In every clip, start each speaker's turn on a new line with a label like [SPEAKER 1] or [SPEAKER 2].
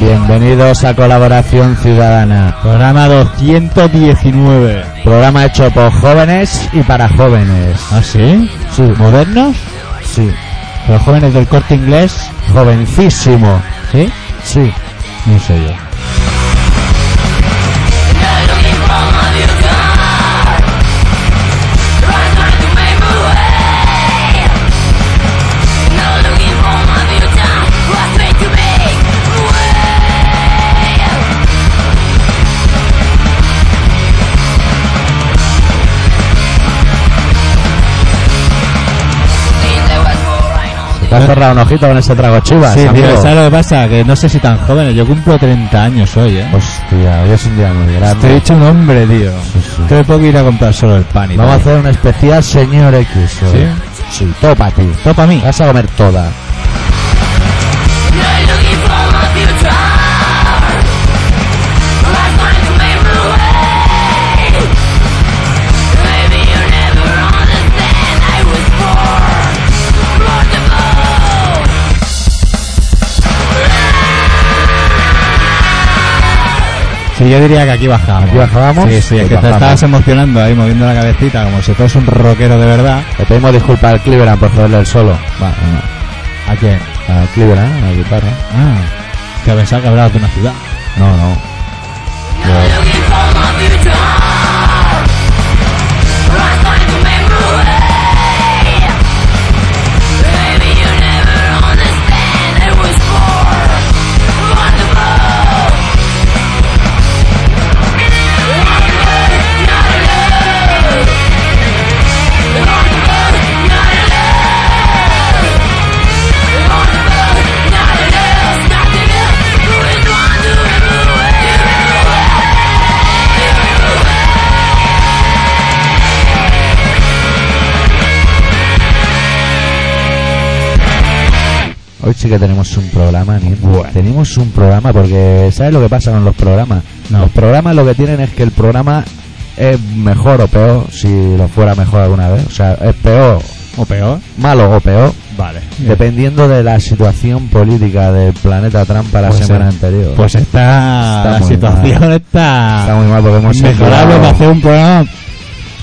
[SPEAKER 1] Bienvenidos a Colaboración Ciudadana,
[SPEAKER 2] Programa 219.
[SPEAKER 1] programa hecho por jóvenes y para jóvenes.
[SPEAKER 2] ¿Ah, sí?
[SPEAKER 1] Sí,
[SPEAKER 2] ¿Modernos?
[SPEAKER 1] sí,
[SPEAKER 2] ¿Los jóvenes del corte inglés?
[SPEAKER 1] jovencísimo,
[SPEAKER 2] ¿Sí?
[SPEAKER 1] sí.
[SPEAKER 2] No sé yo.
[SPEAKER 1] Te has cerrado un ojito con ese trago chivas,
[SPEAKER 2] ¿Eh? Sí,
[SPEAKER 1] amigo.
[SPEAKER 2] pero ¿sabes lo que pasa? Que no sé si tan jóvenes. Yo cumplo 30 años hoy, ¿eh?
[SPEAKER 1] Hostia, hoy es un día muy
[SPEAKER 2] Te he
[SPEAKER 1] grande.
[SPEAKER 2] dicho un hombre, tío.
[SPEAKER 1] Sí, sí.
[SPEAKER 2] Creo que puedo ir a comprar solo el pan y
[SPEAKER 1] Vamos a
[SPEAKER 2] todo.
[SPEAKER 1] hacer un especial señor X. hoy. Sí, topa ti.
[SPEAKER 2] Topa a mí.
[SPEAKER 1] Vas a comer toda.
[SPEAKER 2] Sí, yo diría que aquí bajamos.
[SPEAKER 1] Aquí bajábamos.
[SPEAKER 2] Sí, sí, es
[SPEAKER 1] Pues
[SPEAKER 2] que te
[SPEAKER 1] bajamos.
[SPEAKER 2] estabas emocionando ahí moviendo la cabecita como si fueras un rockero de verdad.
[SPEAKER 1] Le pedimos disculpas al Cleveland por joderle el solo.
[SPEAKER 2] Va, ¿A quién?
[SPEAKER 1] Al Cleveland, a la guitarra.
[SPEAKER 2] Ah, que pensaba que hablabas de una ciudad.
[SPEAKER 1] No, no. Hoy sí que tenemos un programa, ni Tenemos un programa porque ¿sabes lo que pasa con los programas?
[SPEAKER 2] No.
[SPEAKER 1] Los programas lo que tienen es que el programa es mejor o peor, si lo fuera mejor alguna vez. O sea, es peor,
[SPEAKER 2] ¿O peor?
[SPEAKER 1] malo o peor,
[SPEAKER 2] Vale.
[SPEAKER 1] dependiendo de la situación política del planeta Trump para la
[SPEAKER 2] Pues,
[SPEAKER 1] semana
[SPEAKER 2] eh,
[SPEAKER 1] anterior.
[SPEAKER 2] Pues está,
[SPEAKER 1] Está
[SPEAKER 2] la
[SPEAKER 1] muy
[SPEAKER 2] situación
[SPEAKER 1] Está
[SPEAKER 2] está,
[SPEAKER 1] muy mal porque hemos
[SPEAKER 2] mejorable
[SPEAKER 1] censurado.
[SPEAKER 2] para hacer un programa.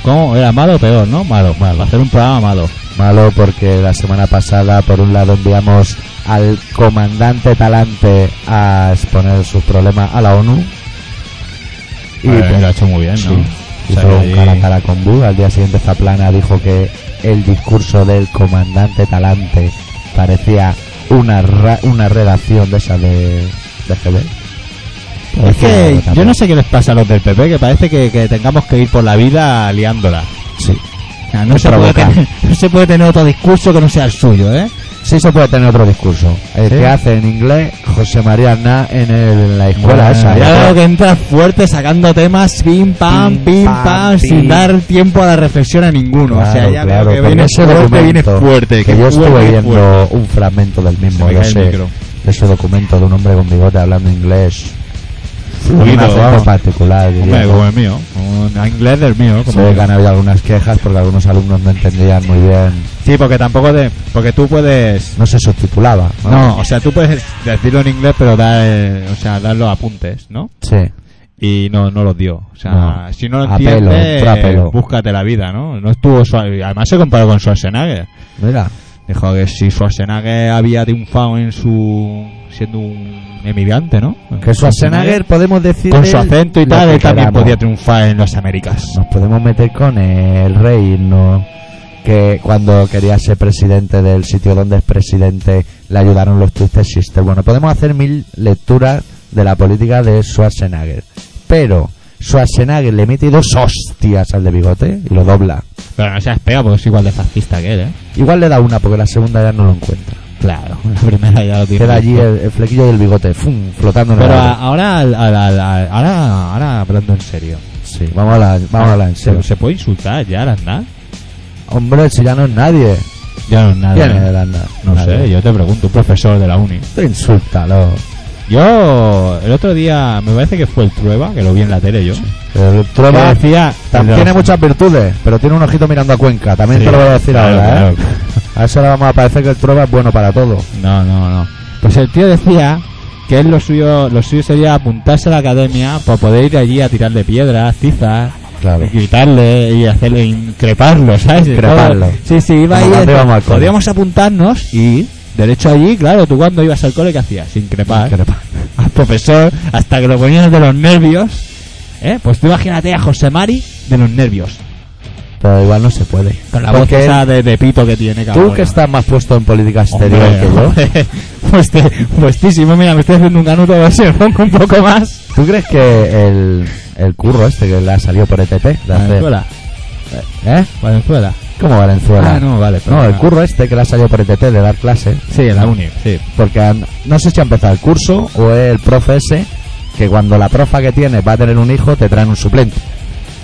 [SPEAKER 2] ¿Cómo? ¿Era malo o peor, no? Malo, malo. Hacer un programa malo.
[SPEAKER 1] Malo porque la semana pasada, por un lado, enviamos al comandante Talante a exponer sus problemas a la ONU. pues,
[SPEAKER 2] Y lo ha hecho muy bien, ¿no?
[SPEAKER 1] Sí.
[SPEAKER 2] O sea,
[SPEAKER 1] Hizo
[SPEAKER 2] ahí-
[SPEAKER 1] un cara a cara con Bush. Al día siguiente Zaplana dijo que el discurso del comandante Talante parecía una ra- una redacción de esa de, de GB.
[SPEAKER 2] Es que
[SPEAKER 1] Parecía
[SPEAKER 2] yo no
[SPEAKER 1] también.
[SPEAKER 2] sé qué les pasa a los del PP, que parece que, que tengamos que ir por la vida liándola.
[SPEAKER 1] Sí.
[SPEAKER 2] O sea, no, se puede
[SPEAKER 1] Provocar.
[SPEAKER 2] tener, no se puede tener otro discurso que no sea el suyo, ¿eh?
[SPEAKER 1] Sí se puede tener otro discurso. El
[SPEAKER 2] ¿Sí?
[SPEAKER 1] que hace en inglés José María Aznar en, el- en la escuela
[SPEAKER 2] Bueno,
[SPEAKER 1] esa.
[SPEAKER 2] ya
[SPEAKER 1] ¿no?
[SPEAKER 2] veo que entras fuerte sacando temas pim pam,
[SPEAKER 1] Pim,
[SPEAKER 2] pim
[SPEAKER 1] pam,
[SPEAKER 2] pam,
[SPEAKER 1] pim.
[SPEAKER 2] sin dar tiempo a la reflexión a ninguno. o sea,
[SPEAKER 1] Claro,
[SPEAKER 2] ya
[SPEAKER 1] claro,
[SPEAKER 2] veo que
[SPEAKER 1] con
[SPEAKER 2] vienes
[SPEAKER 1] ese
[SPEAKER 2] fuerte, vienes
[SPEAKER 1] documento,
[SPEAKER 2] fuerte.
[SPEAKER 1] Que yo
[SPEAKER 2] fuerte,
[SPEAKER 1] estuve
[SPEAKER 2] qué
[SPEAKER 1] viendo
[SPEAKER 2] fuerte.
[SPEAKER 1] un fragmento del mismo,
[SPEAKER 2] Se me
[SPEAKER 1] yo
[SPEAKER 2] cae el
[SPEAKER 1] sé,
[SPEAKER 2] micro.
[SPEAKER 1] de ese documento de un hombre con bigote hablando inglés.
[SPEAKER 2] Fluido,
[SPEAKER 1] Un acento
[SPEAKER 2] vamos.
[SPEAKER 1] particular, diría
[SPEAKER 2] Hombre,
[SPEAKER 1] yo.
[SPEAKER 2] como el mío, un inglés del mío.
[SPEAKER 1] Se
[SPEAKER 2] Como
[SPEAKER 1] ve que han habido algunas quejas porque algunos alumnos no entendían muy bien.
[SPEAKER 2] Sí, porque tampoco te. Porque tú puedes.
[SPEAKER 1] No se subtitulaba. ¿no?
[SPEAKER 2] No, o sea, tú puedes decirlo en inglés, pero dar, eh, o sea, dar los apuntes, ¿no?
[SPEAKER 1] Sí.
[SPEAKER 2] Y no, no los dio. O sea,
[SPEAKER 1] No.
[SPEAKER 2] si no lo
[SPEAKER 1] A pelo,
[SPEAKER 2] entiendes,
[SPEAKER 1] fue a pelo.
[SPEAKER 2] búscate la vida, ¿no? No estuvo. Schwar- Además, se comparó con Schwarzenegger.
[SPEAKER 1] Mira.
[SPEAKER 2] Dijo que si Schwarzenegger había triunfado en su. siendo un emigrante, ¿no?
[SPEAKER 1] Que Schwarzenegger podemos decir.
[SPEAKER 2] Con su
[SPEAKER 1] de él
[SPEAKER 2] acento y
[SPEAKER 1] lo
[SPEAKER 2] tal,
[SPEAKER 1] que
[SPEAKER 2] él también
[SPEAKER 1] queramos.
[SPEAKER 2] podía triunfar en las Américas.
[SPEAKER 1] Nos podemos meter con el rey, ¿no? Que cuando quería ser presidente del sitio donde es presidente, le ayudaron los Twisted Sisters. Bueno, podemos hacer mil lecturas de la política de Schwarzenegger. Pero Schwarzenegger le mete dos hostias al de bigote y lo dobla.
[SPEAKER 2] Pero no seas pega porque es igual de fascista que él, ¿eh?
[SPEAKER 1] Igual le da una porque la segunda ya no lo encuentra.
[SPEAKER 2] Claro, la primera ya lo tiene.
[SPEAKER 1] Queda allí
[SPEAKER 2] listo.
[SPEAKER 1] el, el flequillo del bigote, ¡fum! flotando en el
[SPEAKER 2] Pero a-
[SPEAKER 1] aire.
[SPEAKER 2] ahora, al- al- al- al- ahora, ahora hablando en serio.
[SPEAKER 1] Sí, vamos a la, vamos a la en serio.
[SPEAKER 2] ¿Se, se puede insultar ya al andar?
[SPEAKER 1] Hombre, si ya no es nadie.
[SPEAKER 2] Ya no es nada.
[SPEAKER 1] Viene de andar.
[SPEAKER 2] No sé, yo te pregunto, un profesor de la uni.
[SPEAKER 1] Insúltalo.
[SPEAKER 2] Yo, el otro día, me parece que fue el Trueba, que lo vi en la tele yo.
[SPEAKER 1] Pero el
[SPEAKER 2] que
[SPEAKER 1] Trueba
[SPEAKER 2] decía.
[SPEAKER 1] tam-
[SPEAKER 2] el de
[SPEAKER 1] tiene
[SPEAKER 2] los-
[SPEAKER 1] muchas virtudes, pero tiene un ojito mirando a Cuenca. También
[SPEAKER 2] Sí,
[SPEAKER 1] te lo voy a decir
[SPEAKER 2] claro,
[SPEAKER 1] ahora, ¿eh?
[SPEAKER 2] claro.
[SPEAKER 1] A eso le vamos a parecer que el Trueba es bueno para todo.
[SPEAKER 2] No, no, no. Pues el tío decía que es lo suyo, lo suyo sería apuntarse a la academia para poder ir allí a tirarle piedras, tizas,
[SPEAKER 1] Claro.
[SPEAKER 2] y gritarle y hacerle increparlo, ¿sabes?
[SPEAKER 1] Increparlo.
[SPEAKER 2] Sí, sí, iba ahí.
[SPEAKER 1] Vamos
[SPEAKER 2] en-
[SPEAKER 1] arriba, vamos al cole.
[SPEAKER 2] Podíamos apuntarnos y derecho allí, claro, tú cuando ibas al cole, ¿qué hacías? Increpar
[SPEAKER 1] Increpar.
[SPEAKER 2] al profesor hasta que lo ponías de los nervios. ¿Eh? Pues tú imagínate a José Mari de los nervios.
[SPEAKER 1] Pero igual no se puede.
[SPEAKER 2] Con la
[SPEAKER 1] Porque
[SPEAKER 2] voz esa de, de pito que tiene,
[SPEAKER 1] Tú
[SPEAKER 2] cabrón.
[SPEAKER 1] que estás más puesto en política exterior
[SPEAKER 2] Hombre,
[SPEAKER 1] que yo.
[SPEAKER 2] hombre, Pues te, puestísimo, mira, me estoy haciendo un canuto de ese, pongo un poco más.
[SPEAKER 1] ¿Tú crees que el, el curro este que le ha salido por ETP de hacer,
[SPEAKER 2] Valenzuela,
[SPEAKER 1] ¿Eh?
[SPEAKER 2] Valenzuela.
[SPEAKER 1] ¿Cómo Valenzuela?
[SPEAKER 2] Ah, no, vale,
[SPEAKER 1] No, el
[SPEAKER 2] perdona.
[SPEAKER 1] curro este que le ha salido por ETP de dar clase.
[SPEAKER 2] Sí, en la uni, sí.
[SPEAKER 1] Porque han- no sé si ha empezado el curso o es el profe ese que cuando la profa que tienes va a tener un hijo te traen un suplente.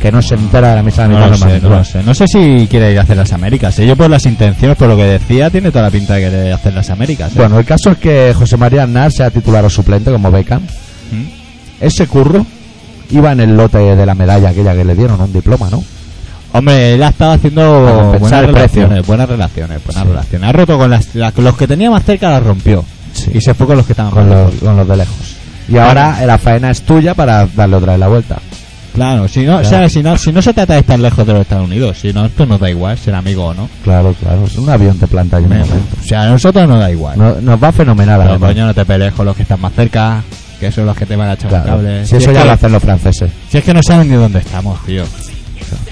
[SPEAKER 1] Que no se entera de la misa de
[SPEAKER 2] No
[SPEAKER 1] mitad
[SPEAKER 2] lo,
[SPEAKER 1] normal.
[SPEAKER 2] sé, no lo sé. No sé si quiere ir a hacer las Américas. ¿eh? Yo por las intenciones, por lo que decía, tiene toda la pinta de querer hacer las Américas. ¿eh?
[SPEAKER 1] Bueno, el caso es que José María Aznar sea titular o suplente como Beckham. Pues
[SPEAKER 2] ¿Mm?
[SPEAKER 1] Ese curro iba en el lote de la medalla aquella que le dieron, un diploma, ¿no?
[SPEAKER 2] Hombre, él ha estado
[SPEAKER 1] Para
[SPEAKER 2] haciendo
[SPEAKER 1] compensar
[SPEAKER 2] buenas
[SPEAKER 1] el precio.
[SPEAKER 2] relaciones, buenas relaciones, buenas
[SPEAKER 1] Sí.
[SPEAKER 2] relaciones. Ha roto con las, la- con los que tenía más cerca, las rompió.
[SPEAKER 1] Sí.
[SPEAKER 2] Y se fue con los que estaban
[SPEAKER 1] Con
[SPEAKER 2] más
[SPEAKER 1] los,
[SPEAKER 2] lejos.
[SPEAKER 1] con los de lejos. Y ahora eh, la faena es tuya para darle otra vez la vuelta.
[SPEAKER 2] Claro, si no, o sea,
[SPEAKER 1] Claro.
[SPEAKER 2] si no, si no se trata de estar lejos de los Estados Unidos, si no, esto nos da igual, ser amigo o no.
[SPEAKER 1] Claro, claro. Un avión te planta yo me momento.
[SPEAKER 2] O sea, a nosotros nos da igual.
[SPEAKER 1] No- nos va fenomenal,
[SPEAKER 2] Pero
[SPEAKER 1] además.
[SPEAKER 2] coño, no te pelees con los que están más cerca, que son los que te van a echar
[SPEAKER 1] Claro.
[SPEAKER 2] un cable.
[SPEAKER 1] Si eso
[SPEAKER 2] ¿eh? es
[SPEAKER 1] ya
[SPEAKER 2] que-
[SPEAKER 1] lo hacen los franceses.
[SPEAKER 2] Si es que no saben ni dónde estamos, tío.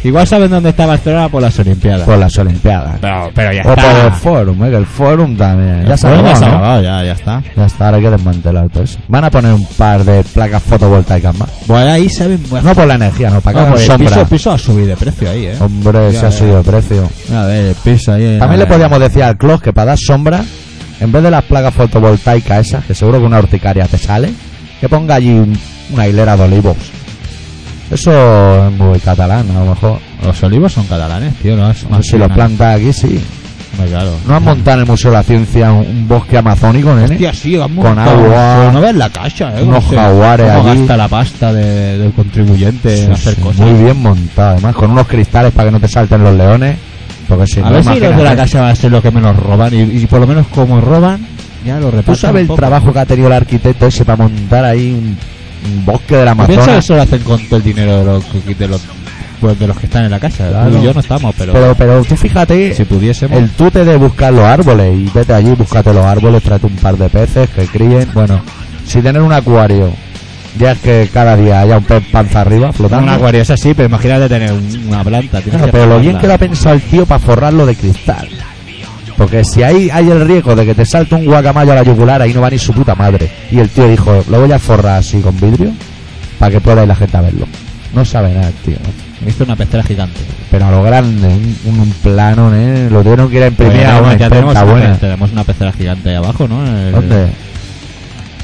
[SPEAKER 2] Igual saben dónde está Barcelona por las Olimpiadas.
[SPEAKER 1] Por las Olimpiadas.
[SPEAKER 2] pero, pero ya
[SPEAKER 1] o por el
[SPEAKER 2] está.
[SPEAKER 1] Fórum, eh, que el Fórum también. Ya se
[SPEAKER 2] Bueno,
[SPEAKER 1] acabó,
[SPEAKER 2] ya, se ha
[SPEAKER 1] ¿no?
[SPEAKER 2] acabado, ya, ya está.
[SPEAKER 1] Ya está, ahora hay que desmantelar todo eso. Van a poner un par de placas fotovoltaicas más.
[SPEAKER 2] Bueno, ahí saben.
[SPEAKER 1] No por la energía, no, para que
[SPEAKER 2] No,
[SPEAKER 1] hagan
[SPEAKER 2] pues el
[SPEAKER 1] sombra.
[SPEAKER 2] piso, el piso ha subido de precio ahí, eh.
[SPEAKER 1] Hombre,
[SPEAKER 2] Ya,
[SPEAKER 1] se ha
[SPEAKER 2] ya.
[SPEAKER 1] subido el precio.
[SPEAKER 2] A ver, el piso ahí. a
[SPEAKER 1] También le
[SPEAKER 2] ver.
[SPEAKER 1] podíamos decir al Clos que para dar sombra, en vez de las placas fotovoltaicas esas, que seguro que una horticaria te sale, que ponga allí un- una hilera de olivos. Eso es muy catalán, a lo mejor.
[SPEAKER 2] Los olivos son catalanes, tío. No, es
[SPEAKER 1] No sé si lo plantas aquí, sí.
[SPEAKER 2] Claro.
[SPEAKER 1] ¿No has montado en el Museo de la Ciencia un, un bosque amazónico, nene?
[SPEAKER 2] Hostia, sí, vamos.
[SPEAKER 1] Con agua.
[SPEAKER 2] no ves la cacha, eh.
[SPEAKER 1] Unos
[SPEAKER 2] cómo se-
[SPEAKER 1] jaguares
[SPEAKER 2] cómo
[SPEAKER 1] allí.
[SPEAKER 2] gasta la pasta de- del contribuyente
[SPEAKER 1] Sí,
[SPEAKER 2] en hacer
[SPEAKER 1] sí,
[SPEAKER 2] cosas.
[SPEAKER 1] Muy bien montado, además, con unos cristales para que no te salten los leones. Porque si
[SPEAKER 2] a
[SPEAKER 1] no,
[SPEAKER 2] ver si los de la
[SPEAKER 1] imagínate.
[SPEAKER 2] casa van a ser los que menos roban. Y, y por lo menos como roban, ya lo repasan.
[SPEAKER 1] ¿Tú sabes
[SPEAKER 2] un
[SPEAKER 1] el
[SPEAKER 2] poco.
[SPEAKER 1] trabajo que ha tenido el arquitecto ese para montar ahí un, un bosque del
[SPEAKER 2] Piensa que
[SPEAKER 1] Amazonas?
[SPEAKER 2] eso lo hacen con todo el dinero de los, que- de los, pues, de los que están en la casa.
[SPEAKER 1] Claro.
[SPEAKER 2] Tú y yo no estamos, pero,
[SPEAKER 1] Pero, pero tú fíjate,
[SPEAKER 2] si pudiésemos.
[SPEAKER 1] el tute de buscar los árboles y vete allí, búscate los árboles, trate un par de peces que críen. Bueno, si tienen un acuario, ya es que cada día haya un pez panza arriba flotando.
[SPEAKER 2] Una acuario es así, pero imagínate tener un- una planta. tienes
[SPEAKER 1] Claro,
[SPEAKER 2] que
[SPEAKER 1] pero lo bien
[SPEAKER 2] regarla.
[SPEAKER 1] que lo ha pensado el tío para forrarlo de cristal. Porque si ahí hay el riesgo de que te salte un guacamayo a la yugular, ahí no va ni su puta madre. Y el tío dijo, lo voy a forrar así con vidrio para que pueda ir la gente a verlo. No sabe nada, el tío.
[SPEAKER 2] Hizo una pecera gigante.
[SPEAKER 1] Pero a lo grande, un, un plano, ¿eh? Lo tuvieron que ir a imprimir a una
[SPEAKER 2] Bueno, ya tenemos
[SPEAKER 1] imprenta
[SPEAKER 2] una,
[SPEAKER 1] buena.
[SPEAKER 2] pe- tenemos una pecera gigante ahí abajo, ¿no? El-
[SPEAKER 1] ¿Dónde?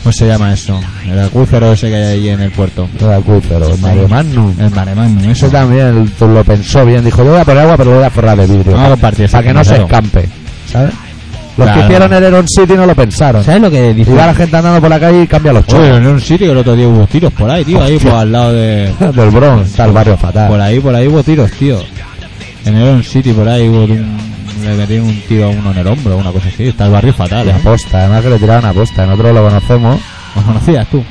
[SPEAKER 2] ¿Cómo se llama eso? El acuífero ese que hay ahí en el puerto.
[SPEAKER 1] No da cu, pero el Mario Magnum.
[SPEAKER 2] El maremán,
[SPEAKER 1] Eso
[SPEAKER 2] eso también.
[SPEAKER 1] también el- tú lo pensó bien. Dijo, yo voy a poner agua, pero lo voy a forrar de vidrio.
[SPEAKER 2] Vamos a compartir
[SPEAKER 1] para
[SPEAKER 2] ese
[SPEAKER 1] que no se
[SPEAKER 2] primero.
[SPEAKER 1] escampe, ¿sabes? Los que
[SPEAKER 2] Claro.
[SPEAKER 1] hicieron el Heron City no lo pensaron.
[SPEAKER 2] ¿Sabes lo que
[SPEAKER 1] Y
[SPEAKER 2] dice?
[SPEAKER 1] va la gente andando por la calle y cambia los
[SPEAKER 2] Oye,
[SPEAKER 1] churros.
[SPEAKER 2] en un sitio el otro día hubo tiros por ahí, tío. Ahí por al lado de.
[SPEAKER 1] Del Bronx, está el barrio
[SPEAKER 2] Por
[SPEAKER 1] fatal.
[SPEAKER 2] ahí, por ahí hubo tiros, tío. En el City, por ahí hubo un, le metieron un tiro a uno en el hombro, una cosa así. Está el barrio fatal,
[SPEAKER 1] Y
[SPEAKER 2] ¿eh?
[SPEAKER 1] aposta, además que le tiraron aposta. Nosotros lo conocemos
[SPEAKER 2] ¿Lo conocías tú?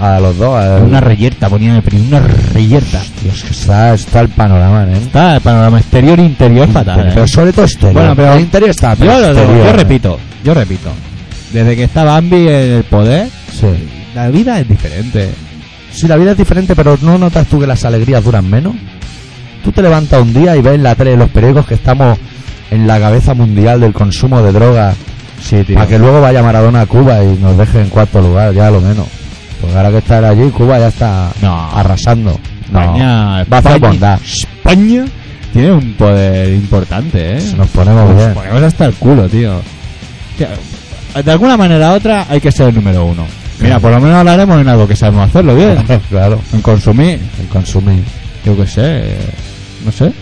[SPEAKER 1] a los dos. a-
[SPEAKER 2] Una reyerta, ponían el periódico, una reyerta.
[SPEAKER 1] Dios, que está, está el panorama, ¿eh?
[SPEAKER 2] Está el panorama exterior e interior fatal, ¿eh?
[SPEAKER 1] Pero sobre todo exterior.
[SPEAKER 2] Bueno, pero-
[SPEAKER 1] el interior está. pero
[SPEAKER 2] Yo, lo digo,
[SPEAKER 1] exterior,
[SPEAKER 2] yo
[SPEAKER 1] ¿eh?
[SPEAKER 2] repito, yo repito. Desde que está Bambi en el poder,
[SPEAKER 1] Sí.
[SPEAKER 2] la vida es diferente.
[SPEAKER 1] Si la vida es diferente, pero ¿no notas tú que las alegrías duran menos? Tú te levantas un día y ves en la tele de los periódicos que estamos en la cabeza mundial del consumo de drogas
[SPEAKER 2] Sí, tío.
[SPEAKER 1] Para que luego vaya Maradona a Cuba y nos deje en cuarto lugar, ya lo menos. Porque ahora que está allí, Cuba ya está
[SPEAKER 2] No.
[SPEAKER 1] arrasando. No.
[SPEAKER 2] España,
[SPEAKER 1] Va a hacer
[SPEAKER 2] España-
[SPEAKER 1] bondad.
[SPEAKER 2] España tiene un poder importante, ¿eh?
[SPEAKER 1] Si Nos ponemos
[SPEAKER 2] Nos
[SPEAKER 1] bien.
[SPEAKER 2] ponemos hasta el culo, tío. Tío, De alguna manera u otra hay que ser el número uno. Mira, por lo menos hablaremos en algo que sabemos hacerlo bien.
[SPEAKER 1] claro,
[SPEAKER 2] En consumir,
[SPEAKER 1] el consumir.
[SPEAKER 2] yo qué sé. No sé.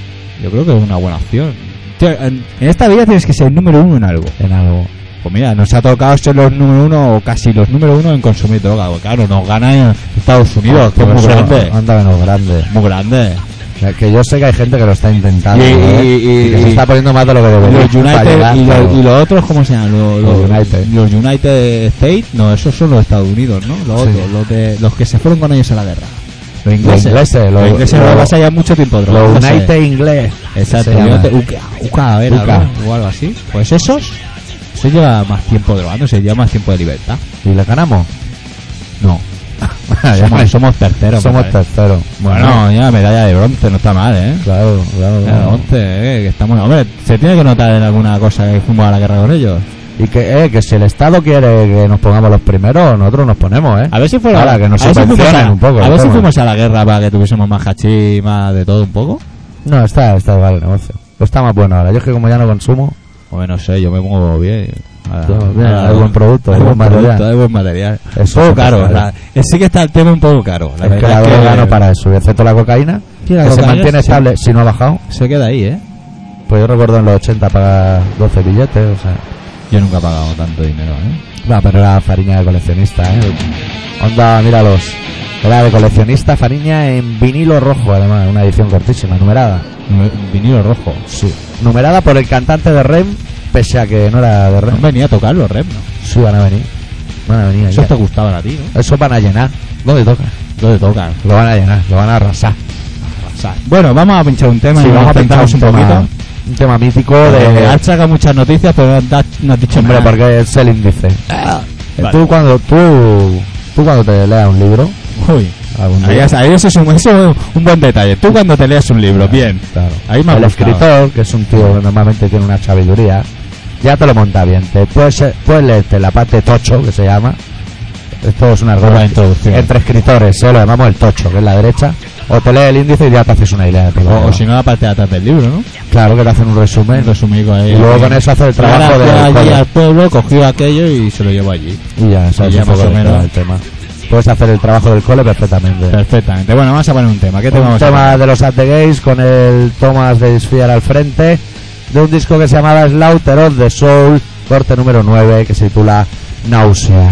[SPEAKER 2] Yo creo que es una buena opción. Tío, en, en esta vida tienes que ser el número uno en algo.
[SPEAKER 1] En algo.
[SPEAKER 2] Pues mira, nos ha tocado ser los número uno o casi los número uno en consumir droga. porque Claro, nos gana en Estados Unidos, que es
[SPEAKER 1] Por
[SPEAKER 2] muy
[SPEAKER 1] Ah, eso, ah.
[SPEAKER 2] grande.
[SPEAKER 1] Anda menos grande.
[SPEAKER 2] Muy grande.
[SPEAKER 1] sea, que yo sé que hay gente que lo está intentando.
[SPEAKER 2] Y-
[SPEAKER 1] ¿eh?
[SPEAKER 2] y- y-
[SPEAKER 1] que se
[SPEAKER 2] y-
[SPEAKER 1] está poniendo más de lo que debería.
[SPEAKER 2] Los
[SPEAKER 1] para
[SPEAKER 2] United
[SPEAKER 1] llegar,
[SPEAKER 2] y,
[SPEAKER 1] pero-
[SPEAKER 2] los, y los otros, ¿cómo se llaman? Los,
[SPEAKER 1] Los United.
[SPEAKER 2] los United States, no, esos son los Estados Unidos, ¿no? Los
[SPEAKER 1] Sí.
[SPEAKER 2] otros, los, de, los que se fueron con ellos a la guerra. Los ingleses.
[SPEAKER 1] ingleses, los-
[SPEAKER 2] los ingleses
[SPEAKER 1] los-
[SPEAKER 2] los vas a llevar mucho tiempo
[SPEAKER 1] Lo
[SPEAKER 2] drogados, ¿sabes?
[SPEAKER 1] United Inglés.
[SPEAKER 2] Exacto,
[SPEAKER 1] se llama.
[SPEAKER 2] United- Uca, Uca era,
[SPEAKER 1] Uca.
[SPEAKER 2] ¿no? O algo así. Pues esos, se lleva más tiempo drogándose, lleva más tiempo de libertad.
[SPEAKER 1] ¿Y le ganamos?
[SPEAKER 2] No. somos, somos terceros.
[SPEAKER 1] Somos
[SPEAKER 2] me parece.
[SPEAKER 1] terceros.
[SPEAKER 2] Bueno, ya medalla de bronce, no está mal, ¿eh?
[SPEAKER 1] claro, claro.
[SPEAKER 2] Claro,
[SPEAKER 1] claro.
[SPEAKER 2] 11, eh, que estamos... Hombre, se tiene que notar en alguna cosa que fuimos a la guerra con ellos.
[SPEAKER 1] Y que, eh, que si el Estado quiere que nos pongamos los primeros, nosotros nos ponemos, ¿eh?
[SPEAKER 2] A ver si fuera...
[SPEAKER 1] Ahora, que nos
[SPEAKER 2] a ver si fuimos
[SPEAKER 1] subvencionen
[SPEAKER 2] a-
[SPEAKER 1] un poco,
[SPEAKER 2] A ver si
[SPEAKER 1] toma.
[SPEAKER 2] fuimos a la guerra para que tuviésemos más hachís, más de todo un poco.
[SPEAKER 1] No, está, está vale el negocio. Pues está más bueno ahora. Yo es que como ya no consumo,
[SPEAKER 2] Hombre, no sé, yo me pongo bien. Ahora-
[SPEAKER 1] Yo, bien,
[SPEAKER 2] ahora-
[SPEAKER 1] hay buen producto, hay
[SPEAKER 2] hay
[SPEAKER 1] buen
[SPEAKER 2] buen
[SPEAKER 1] material.
[SPEAKER 2] producto, hay buen material.
[SPEAKER 1] Eso es
[SPEAKER 2] un poco
[SPEAKER 1] un
[SPEAKER 2] caro.
[SPEAKER 1] material.
[SPEAKER 2] Oh, la- eh, sí que está el tema un poco caro. La
[SPEAKER 1] es que
[SPEAKER 2] verdad
[SPEAKER 1] la
[SPEAKER 2] es
[SPEAKER 1] droga
[SPEAKER 2] que
[SPEAKER 1] no para eso. Y excepto la cocaína,
[SPEAKER 2] Sí, la
[SPEAKER 1] que se
[SPEAKER 2] cocaína
[SPEAKER 1] mantiene
[SPEAKER 2] sí.
[SPEAKER 1] estable si no ha bajado.
[SPEAKER 2] Se queda ahí, ¿eh?
[SPEAKER 1] Pues yo recuerdo en los 80 pagar 12 billetes, o sea...
[SPEAKER 2] Yo nunca he pagado tanto dinero, ¿eh?
[SPEAKER 1] No, pero era fariña de coleccionista, ¿eh? Onda, míralos. Era de coleccionista, fariña en vinilo rojo, además, una edición cortísima, numerada.
[SPEAKER 2] Un Vinilo rojo.
[SPEAKER 1] Sí. Numerada por el cantante de Rem, pese a que no era de
[SPEAKER 2] No
[SPEAKER 1] Rem.
[SPEAKER 2] venía a tocar los rem, ¿no?
[SPEAKER 1] Sí, van a venir. Van a venir.
[SPEAKER 2] Eso
[SPEAKER 1] allá.
[SPEAKER 2] te gustaban a ti, ¿no?
[SPEAKER 1] Eso van a llenar. ¿Dónde toca?
[SPEAKER 2] ¿Dónde tocan?
[SPEAKER 1] Lo van a llenar, lo van a arrasar.
[SPEAKER 2] Bueno, vamos a pinchar un tema
[SPEAKER 1] Sí,
[SPEAKER 2] y vamos a
[SPEAKER 1] pinchar
[SPEAKER 2] pintarnos un
[SPEAKER 1] tema-
[SPEAKER 2] poquito.
[SPEAKER 1] Un tema mítico
[SPEAKER 2] Eh,
[SPEAKER 1] de...
[SPEAKER 2] Has sacado muchas noticias, pero no has da- no has dicho
[SPEAKER 1] Hombre,
[SPEAKER 2] nada.
[SPEAKER 1] porque es el índice. Eh,
[SPEAKER 2] Vale.
[SPEAKER 1] Tú cuando... Tú... Tú cuando te leas un libro...
[SPEAKER 2] Uy,
[SPEAKER 1] algún
[SPEAKER 2] ahí,
[SPEAKER 1] día-
[SPEAKER 2] has- ahí eso es, un, eso es un buen detalle. Tú cuando te leas un libro, bien.
[SPEAKER 1] Claro.
[SPEAKER 2] Ahí me ha
[SPEAKER 1] el
[SPEAKER 2] gustado.
[SPEAKER 1] escritor, que es un tío que normalmente tiene una sabiduría, ya te lo monta bien. Te puedes, eh, puedes leerte la parte tocho, que se llama. Esto es una
[SPEAKER 2] Buena introducción.
[SPEAKER 1] Entre escritores, ¿eh? lo llamamos el tocho, que es la derecha. O te lees el índice y ya te haces una idea de todo.
[SPEAKER 2] O, o si no, Pues, la parte de atrás del libro, ¿no?
[SPEAKER 1] Claro que te hacen un resumen.
[SPEAKER 2] Un resumico ahí.
[SPEAKER 1] Y luego con eso haces el
[SPEAKER 2] Clara
[SPEAKER 1] trabajo
[SPEAKER 2] fue
[SPEAKER 1] de.
[SPEAKER 2] allí
[SPEAKER 1] todo.
[SPEAKER 2] al pueblo, cogió aquello y se lo llevó allí.
[SPEAKER 1] Y ya, sabes
[SPEAKER 2] y ya
[SPEAKER 1] un poco
[SPEAKER 2] más o
[SPEAKER 1] de
[SPEAKER 2] menos.
[SPEAKER 1] todo el tema. Puedes hacer el trabajo del cole perfectamente.
[SPEAKER 2] Perfectamente. Bueno, vamos a poner un tema. ¿Qué tema
[SPEAKER 1] un
[SPEAKER 2] vamos a
[SPEAKER 1] tema
[SPEAKER 2] poner?
[SPEAKER 1] de los At the Gates con el Thomas de Disfiar al frente de un disco que se llamaba Slaughter of the Soul, corte número 9 que se titula Náusea.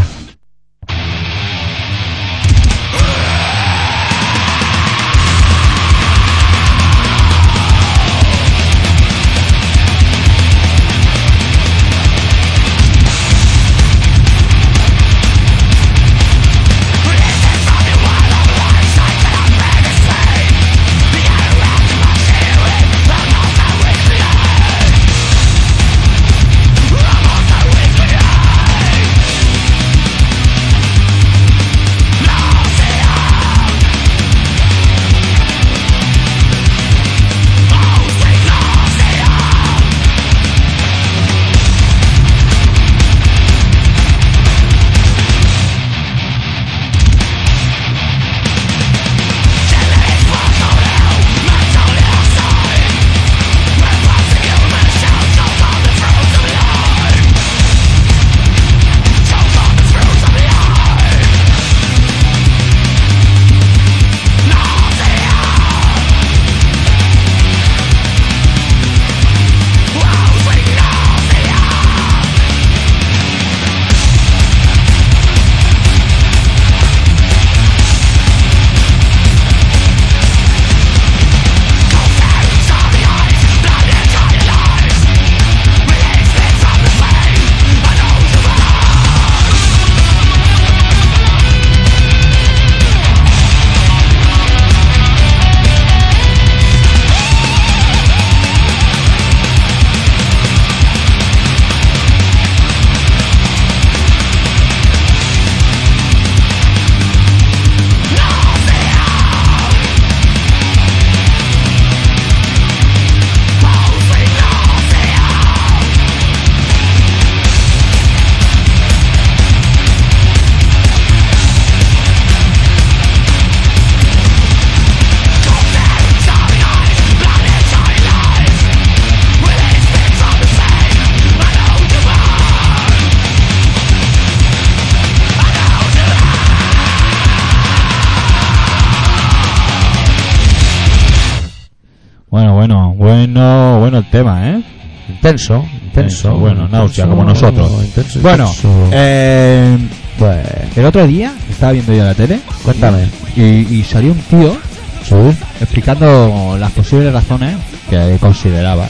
[SPEAKER 2] Bueno, bueno, bueno, bueno el tema, ¿eh?
[SPEAKER 1] Intenso, intenso.
[SPEAKER 2] Intenso, bueno, náusea, como nosotros.
[SPEAKER 1] intenso,
[SPEAKER 2] Bueno,
[SPEAKER 1] intenso.
[SPEAKER 2] eh,
[SPEAKER 1] pues,
[SPEAKER 2] el otro día estaba viendo yo la tele
[SPEAKER 1] cuéntame.
[SPEAKER 2] y, y salió un tío
[SPEAKER 1] Sí,
[SPEAKER 2] explicando las posibles razones que consideraba,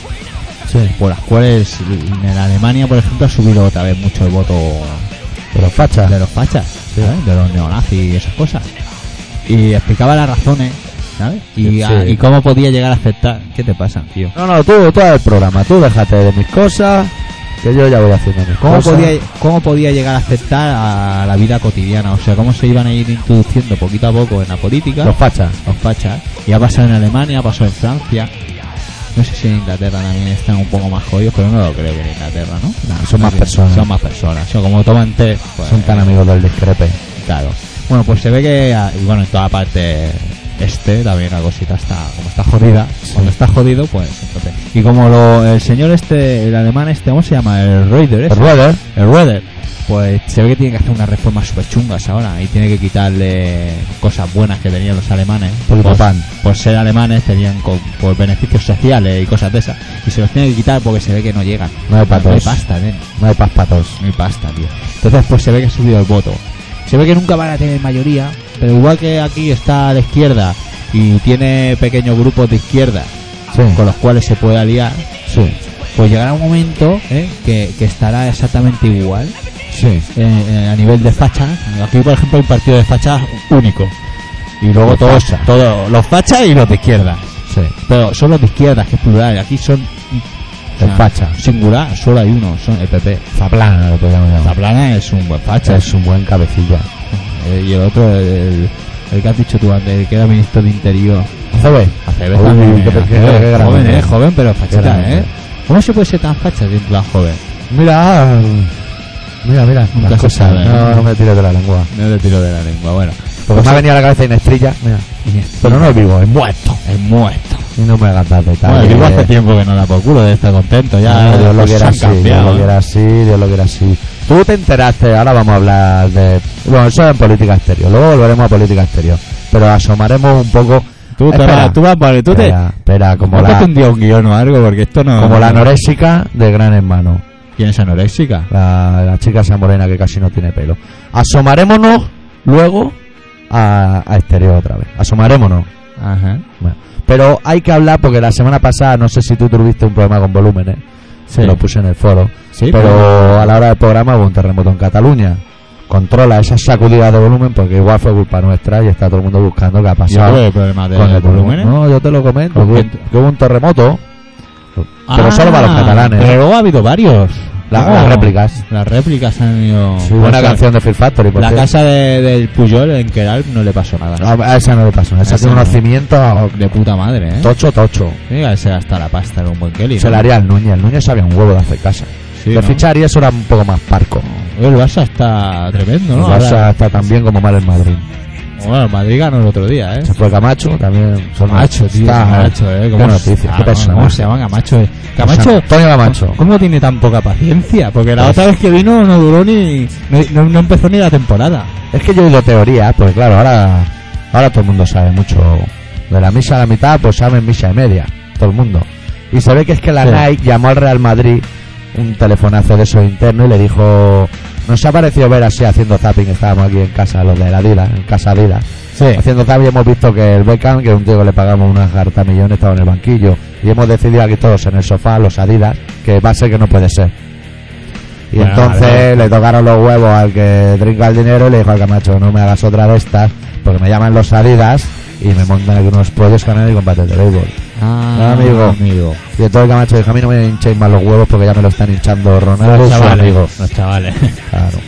[SPEAKER 1] sí.
[SPEAKER 2] por las cuales en Alemania, por ejemplo, ha subido otra vez mucho el voto
[SPEAKER 1] Pero facha.
[SPEAKER 2] de los fachas, ¿sabes? de los neonazis y esas cosas. Y explicaba las razones, ¿sabes? Y,
[SPEAKER 1] Sí.
[SPEAKER 2] a- y cómo podía llegar a afectar. ¿Qué te pasa, tío?
[SPEAKER 1] No, no, tú, tú haz el programa, tú déjate de mis cosas, que yo ya voy haciendo mis
[SPEAKER 2] ¿Cómo
[SPEAKER 1] cosas.
[SPEAKER 2] podía, ¿Cómo podía llegar a afectar a la vida cotidiana? O sea, cómo se iban a ir introduciendo poquito a poco en la política.
[SPEAKER 1] Los fachas.
[SPEAKER 2] los fachas. Y ha pasado en Alemania, ha pasado en Francia. No sé si en Inglaterra también están un poco más jodidos, pero no lo creo que en Inglaterra, ¿no?
[SPEAKER 1] No, son más personas.
[SPEAKER 2] Son más personas. Son como toman té, pues,
[SPEAKER 1] Son tan amigos del discrepe.
[SPEAKER 2] Claro. Bueno, pues se ve que, ah, y bueno, en toda parte este también la cosita está, como está jodida.
[SPEAKER 1] Sí.
[SPEAKER 2] Cuando está jodido, pues entonces. Y como lo, el señor este, el alemán este, ¿cómo se llama? El Reuter, este. ese.
[SPEAKER 1] Rueder,
[SPEAKER 2] el Reuter. Eh, Pues se ve que tiene que hacer unas reformas súper chungas ahora y tiene que quitarle cosas buenas que tenían los alemanes. Pues-
[SPEAKER 1] pan.
[SPEAKER 2] por ser alemanes tenían co- por beneficios sociales y cosas de esas y se los tiene que quitar porque se ve que no llegan
[SPEAKER 1] No hay patos.
[SPEAKER 2] no hay pasta nen,
[SPEAKER 1] No hay paz para todos.
[SPEAKER 2] no hay pasta tío entonces pues se ve que ha subido el voto se ve que nunca van a tener mayoría pero igual que aquí está la izquierda y tiene pequeños grupos de izquierda
[SPEAKER 1] Sí,
[SPEAKER 2] con los cuales se puede aliar
[SPEAKER 1] sí,
[SPEAKER 2] pues llegará un momento ¿eh? que, que estará exactamente igual
[SPEAKER 1] sí.
[SPEAKER 2] eh, eh, a nivel de fachas aquí por ejemplo hay un partido de fachas único y luego
[SPEAKER 1] De
[SPEAKER 2] todos,
[SPEAKER 1] facha.
[SPEAKER 2] todos los fachas y los de izquierda
[SPEAKER 1] sí.
[SPEAKER 2] pero son los de izquierda, que es plural. Aquí son.
[SPEAKER 1] El
[SPEAKER 2] o sea,
[SPEAKER 1] facha.
[SPEAKER 2] Singular, solo hay uno, son el PP.
[SPEAKER 1] Zaplana lo podríamos llamar.
[SPEAKER 2] Zaplana es un buen facha.
[SPEAKER 1] Es un buen cabecilla.
[SPEAKER 2] Eh, y el otro, el, el- el que has dicho tú antes, el que era ministro de Interior.
[SPEAKER 1] Joder,
[SPEAKER 2] Aceves
[SPEAKER 1] Uy,
[SPEAKER 2] también. eh,
[SPEAKER 1] qué- qué-
[SPEAKER 2] Aceves,
[SPEAKER 1] qué grande.
[SPEAKER 2] joven, eh, joven, pero fachita,
[SPEAKER 1] grande.
[SPEAKER 2] ¿eh? ¿Cómo se puede ser tan facha siendo tan joven?
[SPEAKER 1] mira, mira, mira.
[SPEAKER 2] Nunca
[SPEAKER 1] las
[SPEAKER 2] se
[SPEAKER 1] cosas.
[SPEAKER 2] sabe,
[SPEAKER 1] no,
[SPEAKER 2] ¿eh?
[SPEAKER 1] no me tires de la lengua.
[SPEAKER 2] No le tiro de la lengua, bueno. Pues
[SPEAKER 1] Porque me ha venido a la cabeza Inestrilla, mira. Pues Pero no es vivo, es muerto.
[SPEAKER 2] Es muerto.
[SPEAKER 1] Y no me hagas dar
[SPEAKER 2] Bueno,
[SPEAKER 1] detalles.
[SPEAKER 2] digo hace tiempo que no da por culo de estar contento, ya
[SPEAKER 1] No, Dios lo
[SPEAKER 2] los
[SPEAKER 1] quiera
[SPEAKER 2] han
[SPEAKER 1] así, Dios lo
[SPEAKER 2] cambiado.
[SPEAKER 1] quiera así, Dios lo quiera así. Tú te enteraste, ahora vamos a hablar de... Bueno, eso es en política exterior, luego volveremos a política exterior. Pero asomaremos un poco...
[SPEAKER 2] Tú, te
[SPEAKER 1] Espera,
[SPEAKER 2] vas, tú vas, vale, tú te,
[SPEAKER 1] espera, espera, como
[SPEAKER 2] Cómprate
[SPEAKER 1] la,
[SPEAKER 2] un día un guión o algo, porque esto no...
[SPEAKER 1] como la anoréxica de Gran Hermano.
[SPEAKER 2] ¿Quién es anoréxica?
[SPEAKER 1] La, la chica esa morena que casi no tiene pelo. Asomarémonos luego a, a exterior otra vez. Asomarémonos.
[SPEAKER 2] Ajá.
[SPEAKER 1] Bueno, Pero hay que hablar porque la semana pasada, no sé si tú tuviste un problema con volúmenes,
[SPEAKER 2] Sí.
[SPEAKER 1] lo puse en el foro.
[SPEAKER 2] Sí,
[SPEAKER 1] pero a la hora del programa hubo un terremoto en Cataluña. Controla esa sacudida de volumen porque igual fue culpa nuestra y está todo el mundo buscando qué ha
[SPEAKER 2] Yo tuve
[SPEAKER 1] pasado
[SPEAKER 2] el problema de
[SPEAKER 1] con el
[SPEAKER 2] volúmenes.
[SPEAKER 1] volumen. No, yo te lo comento.
[SPEAKER 2] ¿Con
[SPEAKER 1] Que,
[SPEAKER 2] quién?
[SPEAKER 1] que hubo un terremoto, pero
[SPEAKER 2] Ah,
[SPEAKER 1] solo para los catalanes. ¿eh?
[SPEAKER 2] Pero luego ha habido varios.
[SPEAKER 1] La-
[SPEAKER 2] No.
[SPEAKER 1] las réplicas.
[SPEAKER 2] Las réplicas han ido...
[SPEAKER 1] Buena
[SPEAKER 2] O sea,
[SPEAKER 1] canción de Phil Factory. por
[SPEAKER 2] La
[SPEAKER 1] cierto.
[SPEAKER 2] casa de- del Puyol en Queralt no le pasó nada.
[SPEAKER 1] No, a esa no le pasó. Esa
[SPEAKER 2] Esa
[SPEAKER 1] tiene unos
[SPEAKER 2] no.
[SPEAKER 1] cimientos
[SPEAKER 2] De puta madre, ¿eh?
[SPEAKER 1] tocho, tocho.
[SPEAKER 2] Mira, se gasta la pasta en un buen Kelly. ¿no?
[SPEAKER 1] Se la haría al Núñez. El Núñez sabía un huevo de hacer casa.
[SPEAKER 2] Sí,
[SPEAKER 1] de
[SPEAKER 2] ¿no?
[SPEAKER 1] fichar y eso era un poco más parco.
[SPEAKER 2] El Barça está tremendo, ¿no?
[SPEAKER 1] El Barça
[SPEAKER 2] Ahora-
[SPEAKER 1] está tan bien como mal en Madrid.
[SPEAKER 2] Bueno, el Madrid ganó el otro día, ¿eh?
[SPEAKER 1] Se fue Camacho, también. Son
[SPEAKER 2] Camacho, tío.
[SPEAKER 1] Está-
[SPEAKER 2] Camacho, eh.
[SPEAKER 1] Qué
[SPEAKER 2] ¿Cómo,
[SPEAKER 1] noticia,
[SPEAKER 2] ah,
[SPEAKER 1] qué
[SPEAKER 2] ¿cómo-
[SPEAKER 1] personaje.
[SPEAKER 2] ¿Cómo se llama Camacho? eh? Camacho.
[SPEAKER 1] Antonio Camacho.
[SPEAKER 2] ¿Cómo tiene tan poca paciencia? Porque la
[SPEAKER 1] Pues-
[SPEAKER 2] otra vez que vino no duró ni. No, no- no empezó ni la temporada.
[SPEAKER 1] Es que yo he oído teorías, porque claro, ahora, ahora todo el mundo sabe mucho. De la misa a la mitad, pues saben misa y media. Todo el mundo. Y se ve que es que la
[SPEAKER 2] Sí.
[SPEAKER 1] Nike llamó al Real Madrid un telefonazo de esos interno y le dijo. Nos ha parecido ver así haciendo zapping. Estábamos aquí en casa, los de la Dila, en casa Dila.
[SPEAKER 2] Sí.
[SPEAKER 1] Haciendo zapping hemos visto que el Beckham, que es un tío que le pagamos unas harta millones, estaba en el banquillo. Y hemos decidido aquí todos en el sofá, los Adidas, que va a ser que no puede ser. Y
[SPEAKER 2] Bueno, a
[SPEAKER 1] entonces
[SPEAKER 2] ver.
[SPEAKER 1] le tocaron los huevos al que trinca el dinero y le dijo al Camacho, no me hagas otra de estas, porque me llaman los Adidas y me montan aquí unos pollos canales y combate de béisbol.
[SPEAKER 2] Ah,
[SPEAKER 1] amigo.
[SPEAKER 2] amigo.
[SPEAKER 1] Y entonces el Camacho dijo, a mí no me hinchéis más los huevos porque ya me lo están hinchando Ronaldo y
[SPEAKER 2] Los
[SPEAKER 1] su
[SPEAKER 2] chavales.
[SPEAKER 1] amigo.
[SPEAKER 2] Los chavales.
[SPEAKER 1] Claro.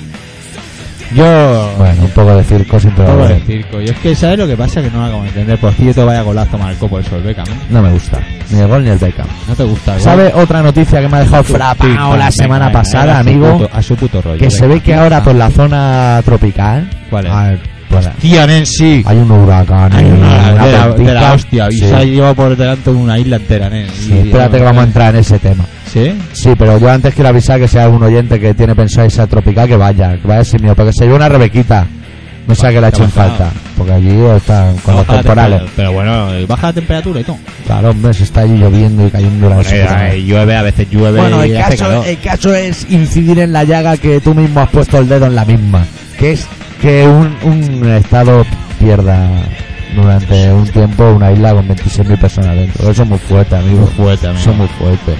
[SPEAKER 2] Yo.
[SPEAKER 1] Bueno, un poco de circo siempre va a
[SPEAKER 2] Todo
[SPEAKER 1] haber.
[SPEAKER 2] el circo. Yo es que, ¿sabes lo que pasa? Que no lo acabo de entender. Por cierto, vaya golazo marcó por el Solbeca, ¿no?
[SPEAKER 1] No me gusta. Ni el gol ni el Beckham.
[SPEAKER 2] No te gusta. igual?
[SPEAKER 1] ¿Sabe otra noticia que me ha dejado
[SPEAKER 2] Tú, pam,
[SPEAKER 1] frapado la
[SPEAKER 2] venga,
[SPEAKER 1] semana
[SPEAKER 2] venga,
[SPEAKER 1] pasada,
[SPEAKER 2] a su
[SPEAKER 1] amigo?
[SPEAKER 2] puto- A su puto rollo.
[SPEAKER 1] Que se
[SPEAKER 2] venga.
[SPEAKER 1] ve que ahora por la zona tropical
[SPEAKER 2] ¿Cuál es?
[SPEAKER 1] ah, pues,
[SPEAKER 2] Tía Nancy.
[SPEAKER 1] hay un huracán.
[SPEAKER 2] Hay una,
[SPEAKER 1] una
[SPEAKER 2] Ah, de, la, de la
[SPEAKER 1] tortica.
[SPEAKER 2] hostia. Y
[SPEAKER 1] Sí,
[SPEAKER 2] se ha llevado por delante una isla entera, ¿eh?
[SPEAKER 1] sí, espérate que vamos a entrar en ese tema.
[SPEAKER 2] ¿Sí?
[SPEAKER 1] Sí, pero yo antes quiero avisar que sea un oyente que tiene pensado irse a tropical que vaya, que vaya sin miedo, porque se lleva una rebequita. No sea que le
[SPEAKER 2] Te ha
[SPEAKER 1] echen
[SPEAKER 2] matado.
[SPEAKER 1] falta, porque allí están con los
[SPEAKER 2] Baja la
[SPEAKER 1] temporales.
[SPEAKER 2] temperatura, Pero bueno, eh, baja la temperatura y todo.
[SPEAKER 1] Claro, hombre, se está allí lloviendo y cayendo la
[SPEAKER 2] llueve, a veces llueve.
[SPEAKER 1] Bueno, el
[SPEAKER 2] y hace
[SPEAKER 1] caso,
[SPEAKER 2] calor.
[SPEAKER 1] el caso es incidir en la llaga que tú mismo has puesto el dedo en la misma, que es que un, un estado pierda durante un tiempo una isla con 26.000 personas dentro. Eso es muy fuerte, amigo.
[SPEAKER 2] Muy fuerte, amigo.
[SPEAKER 1] Son muy fuertes.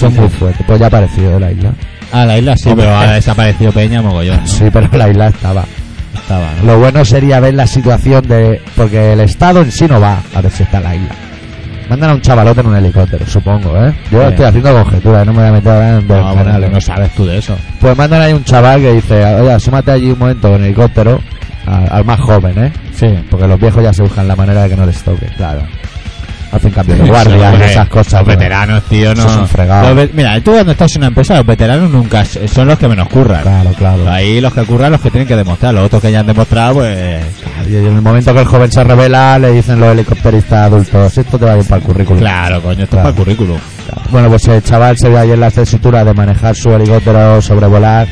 [SPEAKER 1] Son muy fuertes. Pues ya ha aparecido la isla.
[SPEAKER 2] Ah, la isla sí,
[SPEAKER 1] Hombre,
[SPEAKER 2] pero ha
[SPEAKER 1] eh.
[SPEAKER 2] desaparecido Peña mogollón. ¿no?
[SPEAKER 1] Sí, pero la isla estaba.
[SPEAKER 2] Estaba, ¿no?
[SPEAKER 1] Lo bueno sería ver la situación de... Porque el Estado en sí no va a ver si está la isla. Mandan a un chavalote en un helicóptero, supongo, ¿eh? Yo
[SPEAKER 2] Bien.
[SPEAKER 1] estoy haciendo conjeturas, no me voy a meter ahora en
[SPEAKER 2] No, Ah, bueno,
[SPEAKER 1] canales.
[SPEAKER 2] no sabes tú de eso.
[SPEAKER 1] Pues mandan ahí un chaval que dice, oye, asómate allí un momento con el helicóptero, a- al más joven, ¿eh?
[SPEAKER 2] Sí.
[SPEAKER 1] Porque los viejos ya se buscan la manera de que no les toque. Claro. Hacen cambio de guardia y
[SPEAKER 2] Hombre,
[SPEAKER 1] esas cosas. pues,
[SPEAKER 2] Los
[SPEAKER 1] ¿no?
[SPEAKER 2] veteranos, tío, no.
[SPEAKER 1] Eso es un fregado.
[SPEAKER 2] Los ve- Mira, tú cuando estás en una empresa, los veteranos nunca s- son los que menos curran.
[SPEAKER 1] Claro, claro.
[SPEAKER 2] Ahí los que curran, los que tienen que demostrar. Los otros que ya han demostrado, pues.
[SPEAKER 1] Y en el momento que el joven se revela, le dicen los helicópteristas adultos, esto te va a ir para el currículum.
[SPEAKER 2] Claro, coño, esto
[SPEAKER 1] Claro.
[SPEAKER 2] es para el currículum.
[SPEAKER 1] Bueno, pues el chaval se vio ayer en las tesituras de manejar su helicóptero, sobrevolar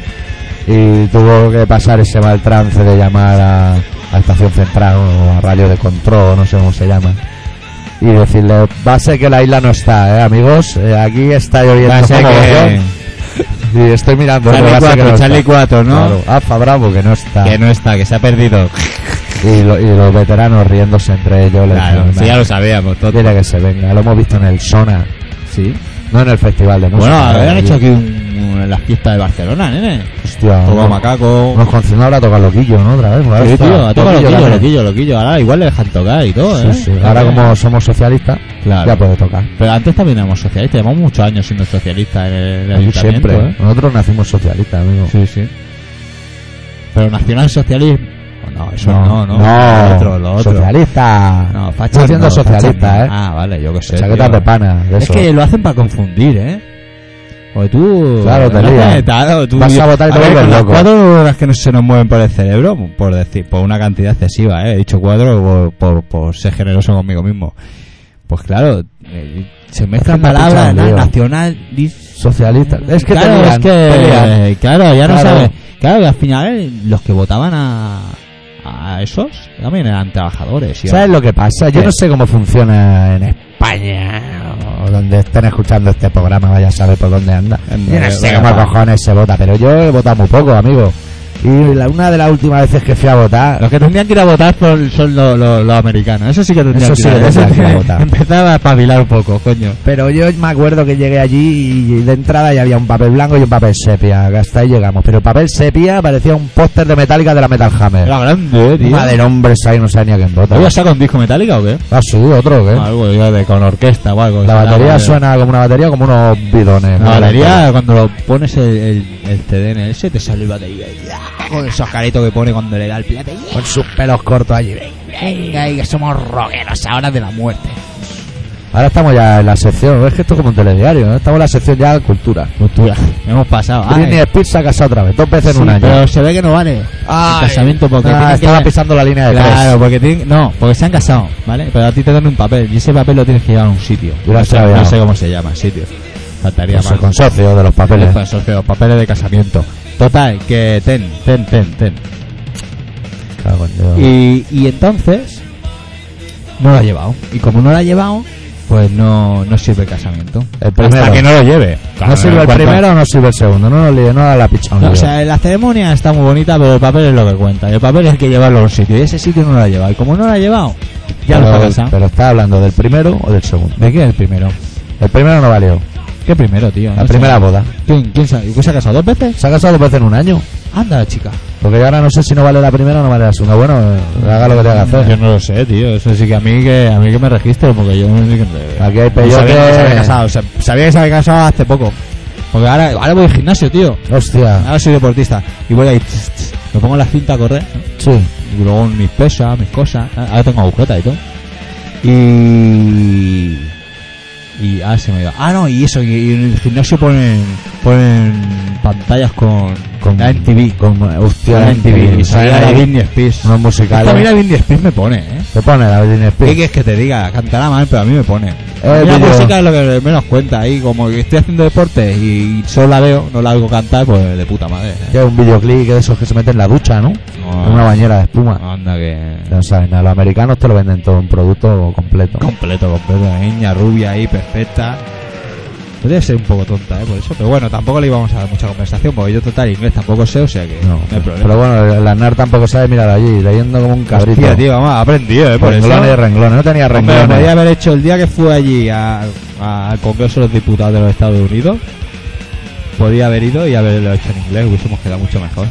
[SPEAKER 1] y tuvo que pasar ese mal trance de llamar a, a estación central o a radio de control, o no sé cómo se llama. Y decirle, va a ser que la isla no está, ¿eh, amigos? Eh, aquí está lloviendo
[SPEAKER 2] Va a ser
[SPEAKER 1] como
[SPEAKER 2] que.
[SPEAKER 1] yo. Y estoy mirando. pero va a
[SPEAKER 2] Charlie
[SPEAKER 1] ser que
[SPEAKER 2] 4,
[SPEAKER 1] no
[SPEAKER 2] Charlie
[SPEAKER 1] está.
[SPEAKER 2] 4, ¿no?
[SPEAKER 1] Claro. Alfa Bravo, que no está.
[SPEAKER 2] Que no está, que se ha perdido.
[SPEAKER 1] Y, lo- y los veteranos riéndose entre ellos. le
[SPEAKER 2] Claro,
[SPEAKER 1] dijeron,
[SPEAKER 2] sí, ya
[SPEAKER 1] "Nah,
[SPEAKER 2] lo sabíamos. todo.
[SPEAKER 1] dile que se venga. Lo hemos visto en el Sona,
[SPEAKER 2] Sí.
[SPEAKER 1] no en el Festival de Música. ¿eh?
[SPEAKER 2] Bueno, habían
[SPEAKER 1] allí.
[SPEAKER 2] hecho aquí un, en las fiestas de Barcelona, nene.
[SPEAKER 1] Hostia,
[SPEAKER 2] Jugó
[SPEAKER 1] no.
[SPEAKER 2] Macaco.
[SPEAKER 1] Nos concentran ahora a tocar loquillo, ¿no? Otra vez. porque ahora
[SPEAKER 2] Sí,
[SPEAKER 1] está-
[SPEAKER 2] tío, a tocar
[SPEAKER 1] loquillo
[SPEAKER 2] loquillo,
[SPEAKER 1] también.
[SPEAKER 2] loquillo, loquillo. Ahora igual le dejan tocar y todo, ¿eh?
[SPEAKER 1] Sí, sí. Ahora como somos socialistas,
[SPEAKER 2] Claro.
[SPEAKER 1] ya puede tocar.
[SPEAKER 2] Pero antes también éramos socialistas, llevamos muchos años siendo socialistas en el,
[SPEAKER 1] Aquí
[SPEAKER 2] ayuntamiento,
[SPEAKER 1] siempre. ¿eh?
[SPEAKER 2] ¿eh?
[SPEAKER 1] Nosotros nacimos socialistas, amigo.
[SPEAKER 2] Sí, sí. Pero nacionalsocialismo. No, eso no,
[SPEAKER 1] No,
[SPEAKER 2] no. Lo otro, lo otro.
[SPEAKER 1] socialista.
[SPEAKER 2] Ah, No,
[SPEAKER 1] Estás
[SPEAKER 2] fachas
[SPEAKER 1] siendo
[SPEAKER 2] no,
[SPEAKER 1] socialista,
[SPEAKER 2] fachas no.
[SPEAKER 1] ¿eh?
[SPEAKER 2] Ah, vale, yo qué sé.
[SPEAKER 1] Chaquetas
[SPEAKER 2] tío.
[SPEAKER 1] de pana, de
[SPEAKER 2] Es
[SPEAKER 1] eso.
[SPEAKER 2] que lo hacen para confundir, ¿eh? Oye, tú.
[SPEAKER 1] Claro, te
[SPEAKER 2] no
[SPEAKER 1] lías.
[SPEAKER 2] has meditado, tú-
[SPEAKER 1] Vas a votar y te
[SPEAKER 2] ver,
[SPEAKER 1] vuelves
[SPEAKER 2] con
[SPEAKER 1] loco.
[SPEAKER 2] Las cuatro horas que no se nos mueven por el cerebro, por decir, por una cantidad excesiva, ¿eh? He dicho cuatro por, por, por ser generoso conmigo mismo. Pues claro, eh, se mezclan
[SPEAKER 1] Es que me ha
[SPEAKER 2] palabras,
[SPEAKER 1] pillado,
[SPEAKER 2] ¿no?
[SPEAKER 1] tío.
[SPEAKER 2] nacional,
[SPEAKER 1] Socialista. Es que
[SPEAKER 2] claro,
[SPEAKER 1] te lían,
[SPEAKER 2] es
[SPEAKER 1] te lían.
[SPEAKER 2] que, claro, ya no
[SPEAKER 1] Claro.
[SPEAKER 2] sabes. Claro, que al final eh, los que votaban a, a esos también eran trabajadores. y
[SPEAKER 1] ¿Sabes lo que pasa? Yo
[SPEAKER 2] ¿Qué?
[SPEAKER 1] no sé cómo funciona en España o donde estén escuchando este programa, vaya a saber por dónde anda.
[SPEAKER 2] Anda,
[SPEAKER 1] Yo no
[SPEAKER 2] vaya
[SPEAKER 1] sé cómo
[SPEAKER 2] pa-
[SPEAKER 1] cojones se vota, pero yo he votado muy poco, amigo. Y la, una de las últimas veces que fui a votar,
[SPEAKER 2] Los que tendrían que ir a votar por- son los, los- los americanos. Eso sí que tendrían
[SPEAKER 1] Eso
[SPEAKER 2] que
[SPEAKER 1] sí
[SPEAKER 2] ir
[SPEAKER 1] que
[SPEAKER 2] a
[SPEAKER 1] tendrían que ir a
[SPEAKER 2] tiene-
[SPEAKER 1] votar.
[SPEAKER 2] Empezaba a espabilar un poco, coño.
[SPEAKER 1] Pero yo me acuerdo que llegué allí y de entrada ya había un papel blanco y un papel sepia, que hasta ahí llegamos. Pero el papel sepia parecía un póster de Metallica de la Metal Hammer.
[SPEAKER 2] Era grande, tío.
[SPEAKER 1] Una de nombres ahí, no sé ni a quién vota.
[SPEAKER 2] ¿Había sacado un disco metálica o qué?
[SPEAKER 1] Ah, sí, otro, ¿qué?
[SPEAKER 2] Algo yo de, con orquesta o algo.
[SPEAKER 1] La
[SPEAKER 2] Era
[SPEAKER 1] batería
[SPEAKER 2] algo de-
[SPEAKER 1] suena como una batería, como unos bidones.
[SPEAKER 2] La batería, cuando lo pones el, el, el CD en ese, te sale el batería. y- Con esos caritos que pone cuando le da el plate.
[SPEAKER 1] Con sus pelos cortos allí.
[SPEAKER 2] Venga, y que somos rockeros ahora de la muerte.
[SPEAKER 1] Ahora estamos ya en la sección, es que esto es como un telediario, ¿no? estamos en la sección ya de cultura.
[SPEAKER 2] Cultura. Hemos pasado. Ah,
[SPEAKER 1] Britney
[SPEAKER 2] eh.
[SPEAKER 1] Spears se ha casado otra vez, dos veces
[SPEAKER 2] Sí,
[SPEAKER 1] en un año.
[SPEAKER 2] pero se ve que no vale.
[SPEAKER 1] Ay,
[SPEAKER 2] el casamiento porque
[SPEAKER 1] ah,
[SPEAKER 2] tienen que-
[SPEAKER 1] estaba pisando la línea de
[SPEAKER 2] Claro,
[SPEAKER 1] tres.
[SPEAKER 2] porque tienen, no, porque se han casado, ¿vale? Pero a ti te dan un papel y ese papel lo tienes que llevar a un sitio.
[SPEAKER 1] Yo lo
[SPEAKER 2] no, sé,
[SPEAKER 1] sabía.
[SPEAKER 2] no sé cómo se llama el sitio. Faltaría
[SPEAKER 1] Pues el
[SPEAKER 2] más.
[SPEAKER 1] consorcio de los papeles.
[SPEAKER 2] Los sorteos, papeles de casamiento. Total, que ten, ten, ten, ten. pues.
[SPEAKER 1] Cago en Dios.
[SPEAKER 2] Y, y entonces no lo ha llevado. Y como no lo ha llevado, pues no, no sirve el casamiento.
[SPEAKER 1] El primero.
[SPEAKER 2] Hasta que no lo lleve.
[SPEAKER 1] ¿No sirve el primero o no sirve el segundo? No, no, no, no da la picha. un
[SPEAKER 2] No, o
[SPEAKER 1] lío.
[SPEAKER 2] sea, la ceremonia está muy bonita, pero el papel es lo que cuenta. Y el papel es el que llevarlo a un sitio. Y ese sitio no lo ha llevado. Y como no lo ha llevado, ya lo
[SPEAKER 1] pero,
[SPEAKER 2] ha casado.
[SPEAKER 1] pero está hablando del primero o del segundo.
[SPEAKER 2] ¿De qué es el primero?
[SPEAKER 1] El primero no valió.
[SPEAKER 2] ¿Qué primero, tío?
[SPEAKER 1] La
[SPEAKER 2] No sé.
[SPEAKER 1] primera boda.
[SPEAKER 2] ¿Quién, quién se, ha- quién se ha casado dos veces?
[SPEAKER 1] Se ha casado dos veces en un año.
[SPEAKER 2] Anda, la chica.
[SPEAKER 1] Porque yo ahora no sé si no vale la primera o no vale la segunda. Bueno, eh, haga lo que tenga que
[SPEAKER 2] Yo
[SPEAKER 1] hacer.
[SPEAKER 2] no lo sé, tío. Eso sí que a mí que, a mí que me registro, porque yo no sé qué-
[SPEAKER 1] Aquí hay
[SPEAKER 2] No
[SPEAKER 1] peyote.
[SPEAKER 2] sabía que se había casado. sa- Sabía que se había casado hace poco. Porque ahora, ahora voy al gimnasio, tío.
[SPEAKER 1] Hostia.
[SPEAKER 2] Ahora soy deportista. Y voy ahí. tss, tss, Me pongo la cinta a correr. ¿no?
[SPEAKER 1] Sí.
[SPEAKER 2] Y luego mis pesas, mis cosas. Ah, Ahora tengo agujetas y todo. Y. Y. Ah, se me iba. Ah, no, y eso. Y, y en el gimnasio ponen. Ponen pantallas con. Con la MTV.
[SPEAKER 1] Con, hostia,
[SPEAKER 2] La
[SPEAKER 1] la
[SPEAKER 2] MTV. Y salía la Britney Spears.
[SPEAKER 1] Unos
[SPEAKER 2] a mí
[SPEAKER 1] musicales.
[SPEAKER 2] la Britney Spears me pone, ¿eh?
[SPEAKER 1] Te pone la Britney
[SPEAKER 2] ¿Qué
[SPEAKER 1] Spears.
[SPEAKER 2] quieres que te diga? Cantará mal, pero a mí me pone.
[SPEAKER 1] Eh,
[SPEAKER 2] A mí la
[SPEAKER 1] pero-
[SPEAKER 2] música es lo que menos cuenta. Ahí, como que estoy haciendo deporte y solo la veo, no la oigo cantar, pues de puta madre. ¿eh?
[SPEAKER 1] Que es un videoclip de esos que se meten en la ducha, ¿no?
[SPEAKER 2] Ah.
[SPEAKER 1] En una bañera de espuma.
[SPEAKER 2] Anda que.
[SPEAKER 1] No sabes nada. Los americanos te lo venden todo un producto completo.
[SPEAKER 2] Completo, completo. Niña rubia ahí, perfecta. Podría ser un poco tonta, ¿eh? Por eso. Pero bueno, tampoco le íbamos a dar mucha conversación, porque yo total inglés tampoco sé, o sea que no, hay problema.
[SPEAKER 1] pero bueno, el Aznar tampoco sabe mirar allí, leyendo como un cabrito.
[SPEAKER 2] Hostia, tío, vamos, aprendido, ¿eh? Por eso.
[SPEAKER 1] Renglones y renglones, no tenía
[SPEAKER 2] Hombre,
[SPEAKER 1] renglones.
[SPEAKER 2] podía haber hecho el día que fue allí a- a- al Congreso de los Diputados de los Estados Unidos. Podía haber ido y haberlo hecho en inglés, hubiésemos quedado mucho mejor.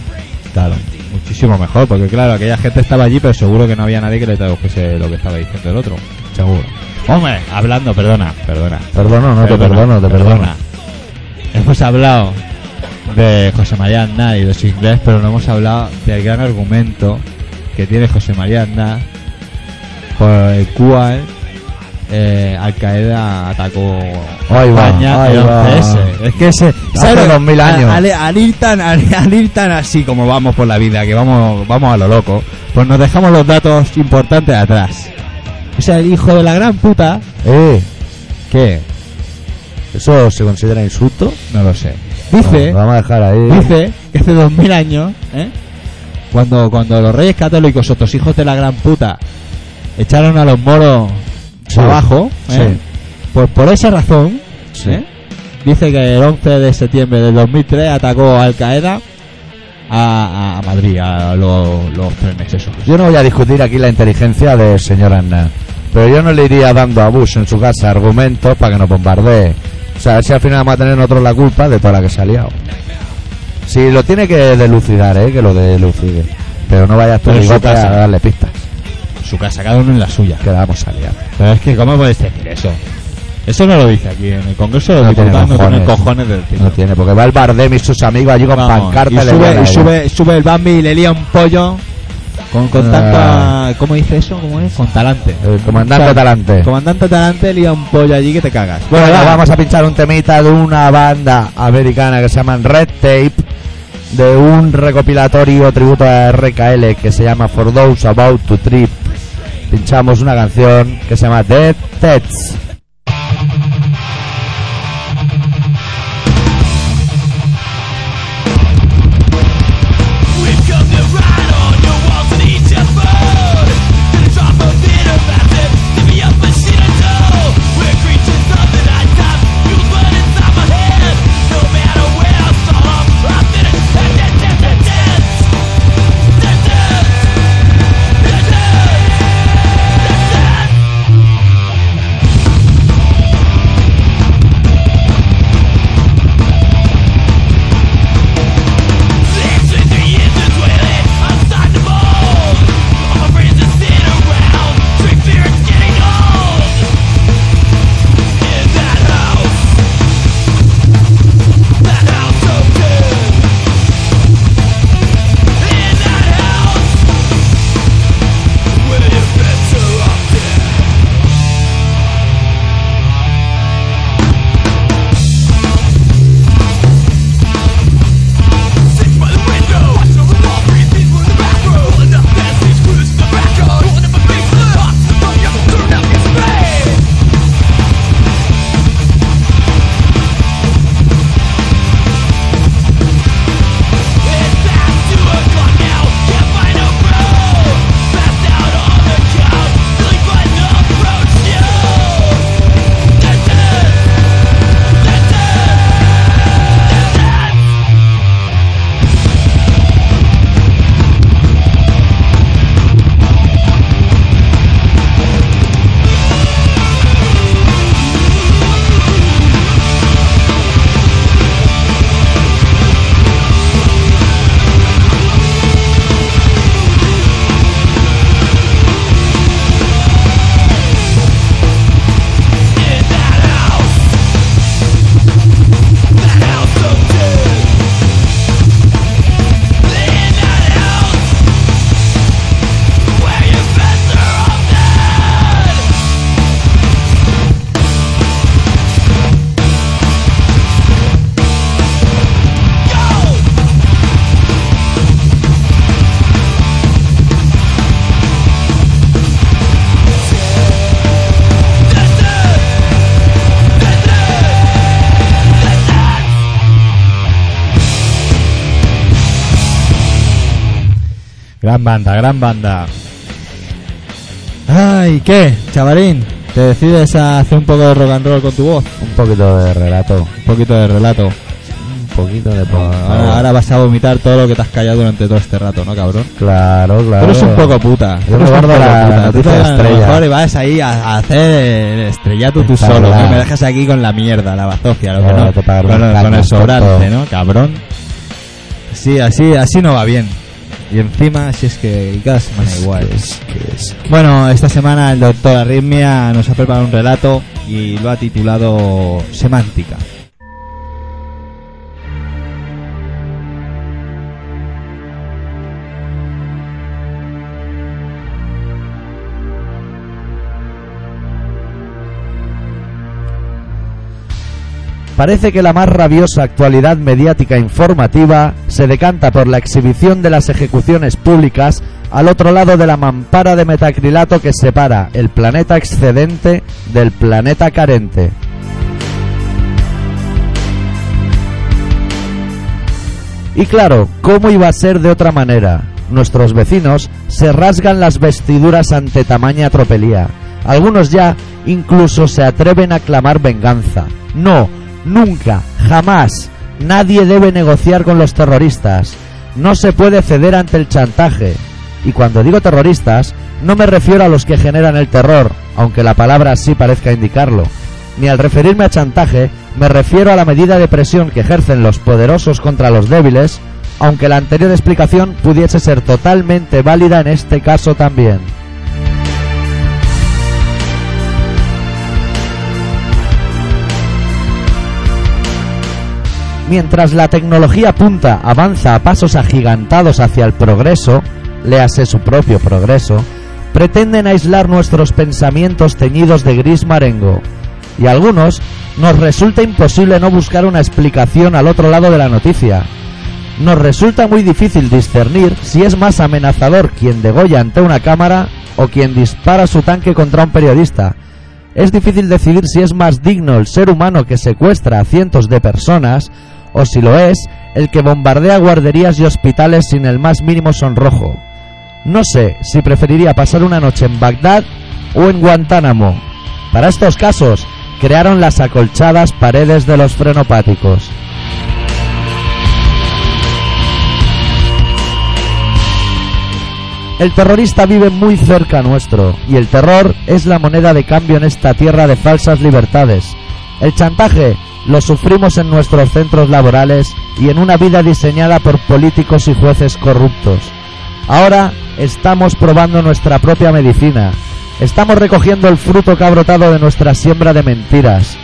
[SPEAKER 2] Claro. Muchísimo mejor, porque claro, aquella gente estaba allí, pero seguro que no había nadie que le tradujese lo que estaba diciendo el otro. Seguro. Hombre, hablando, perdona, perdona.
[SPEAKER 1] Perdono, no te perdono, te perdono.
[SPEAKER 2] Hemos hablado de José María Aznar y de su inglés, pero no hemos hablado del gran argumento que tiene José María Aznar por el cual eh, Al Qaeda atacó
[SPEAKER 1] Ahí va,
[SPEAKER 2] España
[SPEAKER 1] ahí
[SPEAKER 2] el
[SPEAKER 1] va.
[SPEAKER 2] 11S. Es que ese, ¿sabes lo que-
[SPEAKER 1] 2000 años.
[SPEAKER 2] Al, al ir tan, al, al ir tan así como vamos por la vida, que vamos, vamos a lo loco, pues nos dejamos los datos importantes atrás. O sea, el hijo de la gran puta.
[SPEAKER 1] Eh,
[SPEAKER 2] ¿Qué?
[SPEAKER 1] ¿eso se considera insulto?
[SPEAKER 2] No lo sé. Dice.
[SPEAKER 1] No, lo vamos a dejar ahí.
[SPEAKER 2] Dice que hace dos mil años, ¿eh? cuando, cuando los reyes católicos, otros hijos de la gran puta, echaron a los moros
[SPEAKER 1] Sí.
[SPEAKER 2] abajo, ¿eh?
[SPEAKER 1] Sí.
[SPEAKER 2] pues por esa razón,
[SPEAKER 1] Sí.
[SPEAKER 2] ¿eh? dice que el 11 de septiembre del 2003 atacó Al Qaeda a, a- a Madrid, a los, los trenes esos.
[SPEAKER 1] Yo no voy a discutir aquí la inteligencia de señor Aznar, pero yo no le iría dando a Bush en su casa argumentos para que nos bombardee. O sea, a ver si al final vamos a tener nosotros la culpa de toda la que se ha liado. Si lo tiene que delucidar, ¿eh? que lo delucide. Pero no vayas tú
[SPEAKER 2] Pero en su
[SPEAKER 1] bigote, a
[SPEAKER 2] casa.
[SPEAKER 1] darle pistas,
[SPEAKER 2] Su casa, cada uno en la suya.
[SPEAKER 1] que la vamos a liar.
[SPEAKER 2] Pero es que, ¿cómo puedes decir eso? Eso no lo dice aquí en el Congreso de
[SPEAKER 1] No
[SPEAKER 2] los
[SPEAKER 1] tiene
[SPEAKER 2] Diputados, no tienen
[SPEAKER 1] cojones.
[SPEAKER 2] cojones de decirlo.
[SPEAKER 1] No tiene, porque va el Bardem y sus amigos allí con
[SPEAKER 2] Vamos,
[SPEAKER 1] pancartas.
[SPEAKER 2] y sube, y sube, sube el Bambi y le lía un pollo con, con
[SPEAKER 1] Ah. Eh.
[SPEAKER 2] tanta... ¿Cómo dice eso? ¿Cómo es? Con talante.
[SPEAKER 1] El comandante Talante.
[SPEAKER 2] Comandante talante lía un pollo allí que te cagas.
[SPEAKER 1] Bueno,
[SPEAKER 2] va.
[SPEAKER 1] ya vamos a pinchar un temita de una banda americana que se llaman Red Tape, de un recopilatorio tributo a RKL que se llama For Those About to Trip. Pinchamos una canción que se llama Dead Tets.
[SPEAKER 3] We've come to ride on your walls and eat your food. Gonna drop a bit of acid, give me up a shit or two. We're creatures of the night time, you burn inside my head. No matter where I storm, I'm gonna dead, dead, dead, dead, dead. Dead, dead. Dead, dead. Dead, dead. That house Sits by the window, watch over the wall, breathe peace from the back room. Pulling up fancy screws to the back yard, pulling up a face to the hot, the fuck up, turn out his face. It's past two o'clock now, can't find a room. Passed out on the couch, silly but no approach you. That's it. That's it. That's it. Go!
[SPEAKER 2] Gran banda, gran banda. Ay, ¿qué, chavalín? ¿Te decides a hacer un poco de rock and roll con tu voz?
[SPEAKER 1] Un poquito de relato.
[SPEAKER 2] Un poquito de relato.
[SPEAKER 1] Un poquito de... por favor.
[SPEAKER 2] Ah, Ahora, ahora vas a vomitar todo lo que te has callado durante todo este rato, ¿no, cabrón?
[SPEAKER 1] Claro, claro.
[SPEAKER 2] Pero es un poco puta.
[SPEAKER 1] Yo me guardo la noticia estrella.
[SPEAKER 2] Mejor y vas ahí a, a hacer el estrellato tú
[SPEAKER 1] Está
[SPEAKER 2] solo.
[SPEAKER 1] claro.
[SPEAKER 2] ¿no? Me dejas aquí con la mierda, la bazofia, lo que
[SPEAKER 1] Claro,
[SPEAKER 2] no.
[SPEAKER 1] te pagan
[SPEAKER 2] Con,
[SPEAKER 1] unos
[SPEAKER 2] el- con el
[SPEAKER 1] tacos,
[SPEAKER 2] sobrante,
[SPEAKER 1] tonto.
[SPEAKER 2] ¿no? Cabrón. Sí, así, así no va bien. Y encima, si es que cada semana igual.
[SPEAKER 1] Es que es-
[SPEAKER 2] Bueno, esta semana el doctor Arritmia nos ha preparado un relato y lo ha titulado Semántica.
[SPEAKER 1] Parece que la más rabiosa actualidad mediática informativa se decanta por la exhibición de las ejecuciones públicas al otro lado de la mampara de metacrilato que separa el planeta excedente del planeta carente. Y claro, ¿cómo iba a ser de otra manera? Nuestros vecinos se rasgan las vestiduras ante tamaña tropelía. Algunos ya incluso se atreven a clamar venganza. No, nunca, jamás, nadie debe negociar con los terroristas. No se puede ceder ante el chantaje. Y cuando digo terroristas, no me refiero a los que generan el terror, aunque la palabra sí parezca indicarlo ni al referirme a chantaje me refiero a la medida de presión que ejercen los poderosos contra los débiles, aunque la anterior explicación pudiese ser totalmente válida en este caso también. Mientras la tecnología punta avanza a pasos agigantados hacia el progreso, léase su propio progreso, pretenden aislar nuestros pensamientos teñidos de gris marengo. Y a algunos nos resulta imposible no buscar una explicación al otro lado de la noticia. Nos resulta muy difícil discernir si es más amenazador quien degolla ante una cámara o quien dispara su tanque contra un periodista. Es difícil decidir si es más digno el ser humano que secuestra a cientos de personas o si lo es el que bombardea guarderías y hospitales sin el más mínimo sonrojo. No sé si preferiría pasar una noche en Bagdad o en Guantánamo. Para estos casos, crearon las acolchadas paredes de los frenopáticos. El terrorista vive muy cerca nuestro y el terror es la moneda de cambio en esta tierra de falsas libertades. El chantaje lo sufrimos en nuestros centros laborales y en una vida diseñada por políticos y jueces corruptos. Ahora estamos probando nuestra propia medicina. Estamos recogiendo el fruto que ha brotado de nuestra siembra de mentiras.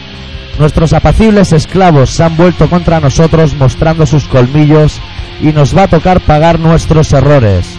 [SPEAKER 1] Nuestros apacibles esclavos se han vuelto contra nosotros mostrando sus colmillos y nos va a tocar pagar nuestros errores.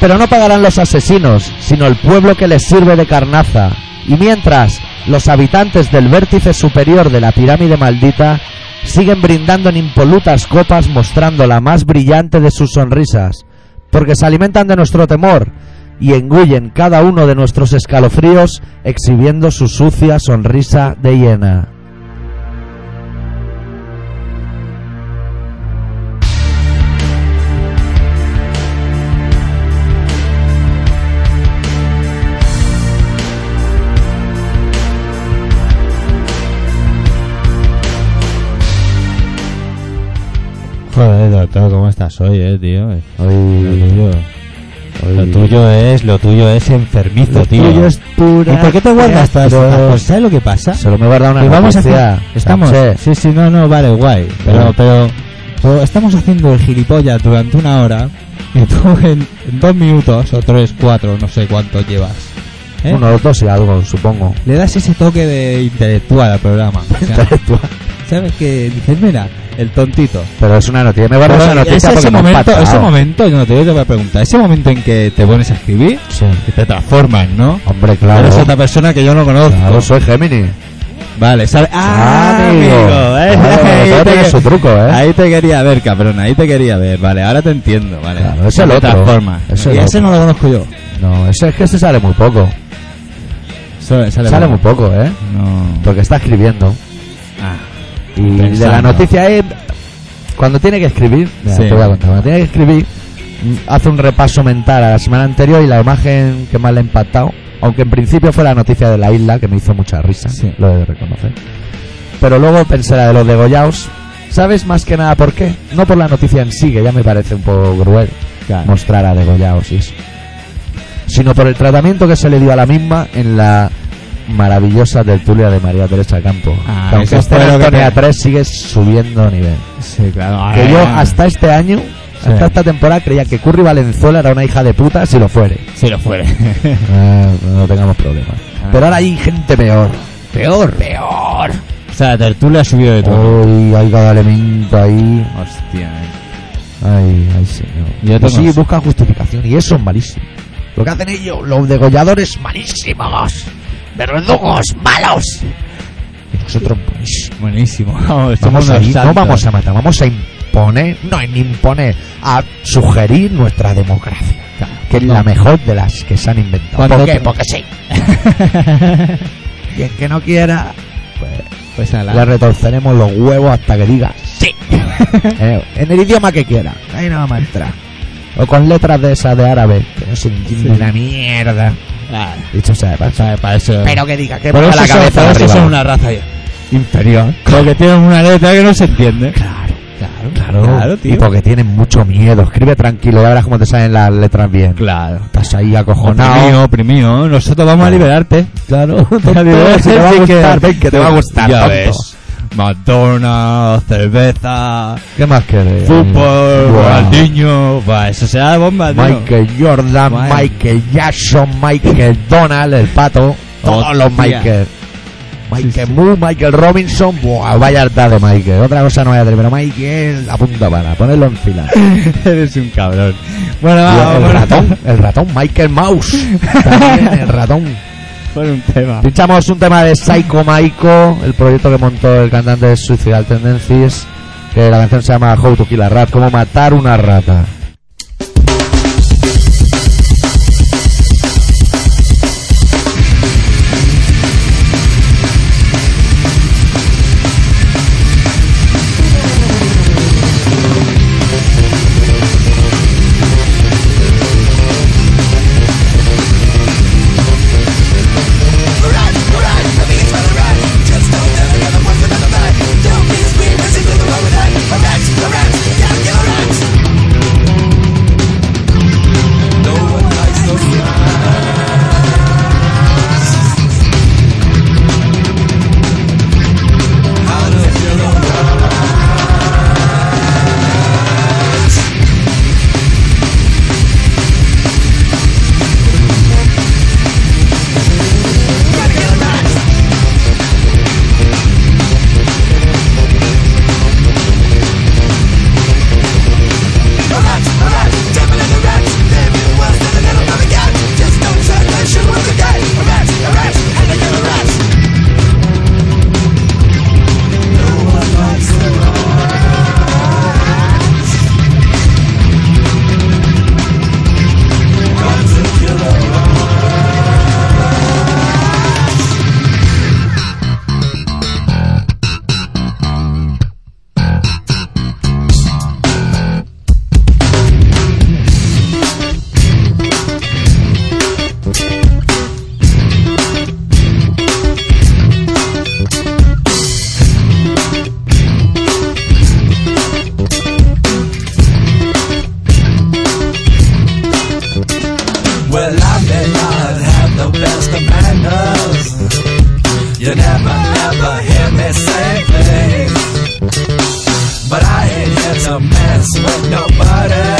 [SPEAKER 1] Pero no pagarán los asesinos, sino el pueblo que les sirve de carnaza. Y mientras, los habitantes del vértice superior de la pirámide maldita siguen brindando en impolutas copas mostrando la más brillante de sus sonrisas, porque se alimentan de nuestro temor y engullen cada uno de nuestros escalofríos exhibiendo su sucia sonrisa de hiena.
[SPEAKER 4] Joder, doctor, ¿cómo estás hoy, eh, tío? Lo tuyo, lo tuyo es, lo tuyo es enfermizo,
[SPEAKER 1] Lo
[SPEAKER 4] tío.
[SPEAKER 1] tuyo es pura
[SPEAKER 4] ¿Y por qué te guardas todas
[SPEAKER 2] pues,
[SPEAKER 1] asco.
[SPEAKER 4] estas cosas? ¿Sabes lo que pasa?
[SPEAKER 1] Solo me guarda una
[SPEAKER 4] Que vamos a
[SPEAKER 1] noticia,
[SPEAKER 4] hacer, estamos,
[SPEAKER 1] Sánchez.
[SPEAKER 4] sí, sí, no, no, vale, guay, pero,
[SPEAKER 1] Vale.
[SPEAKER 4] pero,
[SPEAKER 2] Pero estamos haciendo el gilipollas durante una hora y tú en, en dos minutos o tres, cuatro, no sé cuánto llevas. ¿eh?
[SPEAKER 1] Uno, dos y algo, supongo.
[SPEAKER 2] Le das ese toque de intelectual al programa. O sea, ¿Sabes que Dices, mira, el tontito.
[SPEAKER 1] Pero es una noticia, me guardo esa noticia
[SPEAKER 2] ese,
[SPEAKER 1] porque
[SPEAKER 2] ese
[SPEAKER 1] me han
[SPEAKER 2] momento,
[SPEAKER 1] patado.
[SPEAKER 2] ese momento, yo no te yo te voy a preguntar, ese momento en que te pones a escribir,
[SPEAKER 1] Sí.
[SPEAKER 2] que te transforman, ¿no?
[SPEAKER 1] Hombre, claro.
[SPEAKER 2] Eres otra persona que yo no conozco.
[SPEAKER 1] Claro, soy Gemini.
[SPEAKER 2] Vale, ¿sabes? ¡Ah,
[SPEAKER 1] Amigo.
[SPEAKER 2] amigo! ¿eh?
[SPEAKER 1] Claro, todo tiene su truco, ¿eh?
[SPEAKER 2] Ahí te quería ver, cabrón, ahí te quería ver. Vale, ahora te entiendo, vale.
[SPEAKER 1] Claro, es el
[SPEAKER 2] De
[SPEAKER 1] otro.
[SPEAKER 2] otra forma.
[SPEAKER 1] Es el
[SPEAKER 2] y ese
[SPEAKER 1] otro.
[SPEAKER 2] no lo conozco yo.
[SPEAKER 1] No, ese es que este sale muy poco.
[SPEAKER 2] Sale,
[SPEAKER 1] Sale muy poco, ¿eh?
[SPEAKER 2] No.
[SPEAKER 1] Porque está escribiendo.
[SPEAKER 2] Ah,
[SPEAKER 1] Y de la
[SPEAKER 2] Pensando.
[SPEAKER 1] noticia es. Cuando tiene que escribir. mira,
[SPEAKER 2] Sí.
[SPEAKER 1] te voy a contar, Cuando tiene que escribir, hace un repaso mental a la semana anterior y la imagen que más le ha impactado, aunque en principio fue la noticia de la isla, que me hizo mucha risa,
[SPEAKER 2] Sí.
[SPEAKER 1] lo he de reconocer. Pero luego pensé la de los degollados. ¿Sabes más que nada por qué? No por la noticia en sí, que ya me parece un poco cruel
[SPEAKER 2] Claro.
[SPEAKER 1] mostrar a degollados y eso, sino por el tratamiento que se le dio a la misma en la maravillosa tertulia de María Teresa Campo.
[SPEAKER 2] Ah,
[SPEAKER 1] que aunque
[SPEAKER 2] eso
[SPEAKER 1] esté
[SPEAKER 2] fue
[SPEAKER 1] en
[SPEAKER 2] lo que
[SPEAKER 1] Antonia
[SPEAKER 2] te-
[SPEAKER 1] 3 sigue subiendo nivel.
[SPEAKER 2] Sí, claro.
[SPEAKER 1] Que yo
[SPEAKER 2] Ah,
[SPEAKER 1] hasta este año,
[SPEAKER 2] Sí.
[SPEAKER 1] hasta esta temporada, creía que Curry Valenzuela era una hija de puta si lo fuere.
[SPEAKER 2] Si lo fuera.
[SPEAKER 1] Ah, no tengamos problemas. Pero ahora hay gente peor.
[SPEAKER 2] Ah. peor. Peor. O sea, la tertulia ha subido de todo.
[SPEAKER 1] Uy, hay cada elemento ahí.
[SPEAKER 2] Hostia. eh.
[SPEAKER 1] Ay, ay, señor.
[SPEAKER 2] Ya
[SPEAKER 1] Pues sí,
[SPEAKER 2] tenemos.
[SPEAKER 1] buscan justificación y eso es malísimo. Lo que hacen ellos, los degolladores malísimos, verdugos malos. Y nosotros buenísimos.
[SPEAKER 2] Buenísimo.
[SPEAKER 1] Vamos
[SPEAKER 2] Vamos, somos
[SPEAKER 1] a
[SPEAKER 2] unos
[SPEAKER 1] ir, no
[SPEAKER 2] santos.
[SPEAKER 1] vamos a matar, vamos a imponer, no en imponer, a sugerir nuestra democracia, que es la mejor de las que se han inventado.
[SPEAKER 2] Cuando
[SPEAKER 1] ¿Por qué?
[SPEAKER 2] te-
[SPEAKER 1] Porque sí. Y el que no quiera, pues
[SPEAKER 2] pues a la...
[SPEAKER 1] le retorceremos los huevos hasta que diga sí. Eh, en el idioma que quiera. Ahí no vamos a entrar. O con letras de esas de árabe, que no se entiende
[SPEAKER 2] Sí.
[SPEAKER 1] una mierda.
[SPEAKER 2] Ah,
[SPEAKER 1] Dicho sea de
[SPEAKER 2] o
[SPEAKER 1] paso.
[SPEAKER 2] sea, para eso...
[SPEAKER 1] Pero que diga que
[SPEAKER 2] Por
[SPEAKER 1] ponga
[SPEAKER 2] eso
[SPEAKER 1] la
[SPEAKER 2] son-
[SPEAKER 1] cabeza
[SPEAKER 2] por eso
[SPEAKER 1] arriba.
[SPEAKER 2] son una raza
[SPEAKER 1] inferior.
[SPEAKER 2] Porque tienen una letra que no se entiende.
[SPEAKER 1] Claro,
[SPEAKER 2] Claro,
[SPEAKER 1] claro.
[SPEAKER 2] Claro, tío.
[SPEAKER 1] Y porque tienen mucho miedo. Escribe tranquilo, ya verás cómo te salen las letras bien.
[SPEAKER 2] Claro.
[SPEAKER 1] Estás ahí acojonado.
[SPEAKER 2] Oprimido, oprimido. Nosotros vamos a liberarte.
[SPEAKER 1] Claro,
[SPEAKER 2] A liberarte,
[SPEAKER 1] te va a
[SPEAKER 2] sí que-
[SPEAKER 1] gustar, ven que te va a gustar.
[SPEAKER 2] Ya
[SPEAKER 1] tonto.
[SPEAKER 2] ves. McDonald's, cerveza,
[SPEAKER 1] ¿Qué más quieres?
[SPEAKER 2] fútbol,
[SPEAKER 1] Wow.
[SPEAKER 2] Ronaldinho. Va, eso será bomba, tío.
[SPEAKER 1] Michael Jordan,
[SPEAKER 2] Bueno.
[SPEAKER 1] Michael Jackson, Michael Donald, el pato, todos
[SPEAKER 2] Hostia.
[SPEAKER 1] los Michael. Michael Moore, Michael Robinson, buah, vaya harta de Michael. Otra cosa no voy a hacer, pero Michael, la punta para, ponerlo en fila.
[SPEAKER 2] Eres un cabrón. Bueno,
[SPEAKER 1] Y
[SPEAKER 2] va,
[SPEAKER 1] el
[SPEAKER 2] vamos.
[SPEAKER 1] ratón, el ratón, Michael Mouse. También el ratón.
[SPEAKER 2] Pon un tema.
[SPEAKER 1] Pinchamos un tema de Psycho Maiko, el proyecto que montó el cantante de Suicidal Tendencies, que la canción se llama How to Kill a Rat, cómo matar una rata.
[SPEAKER 5] Well, I may not have the best of manners. You never ever hear me say things. But I ain't here to mess with nobody.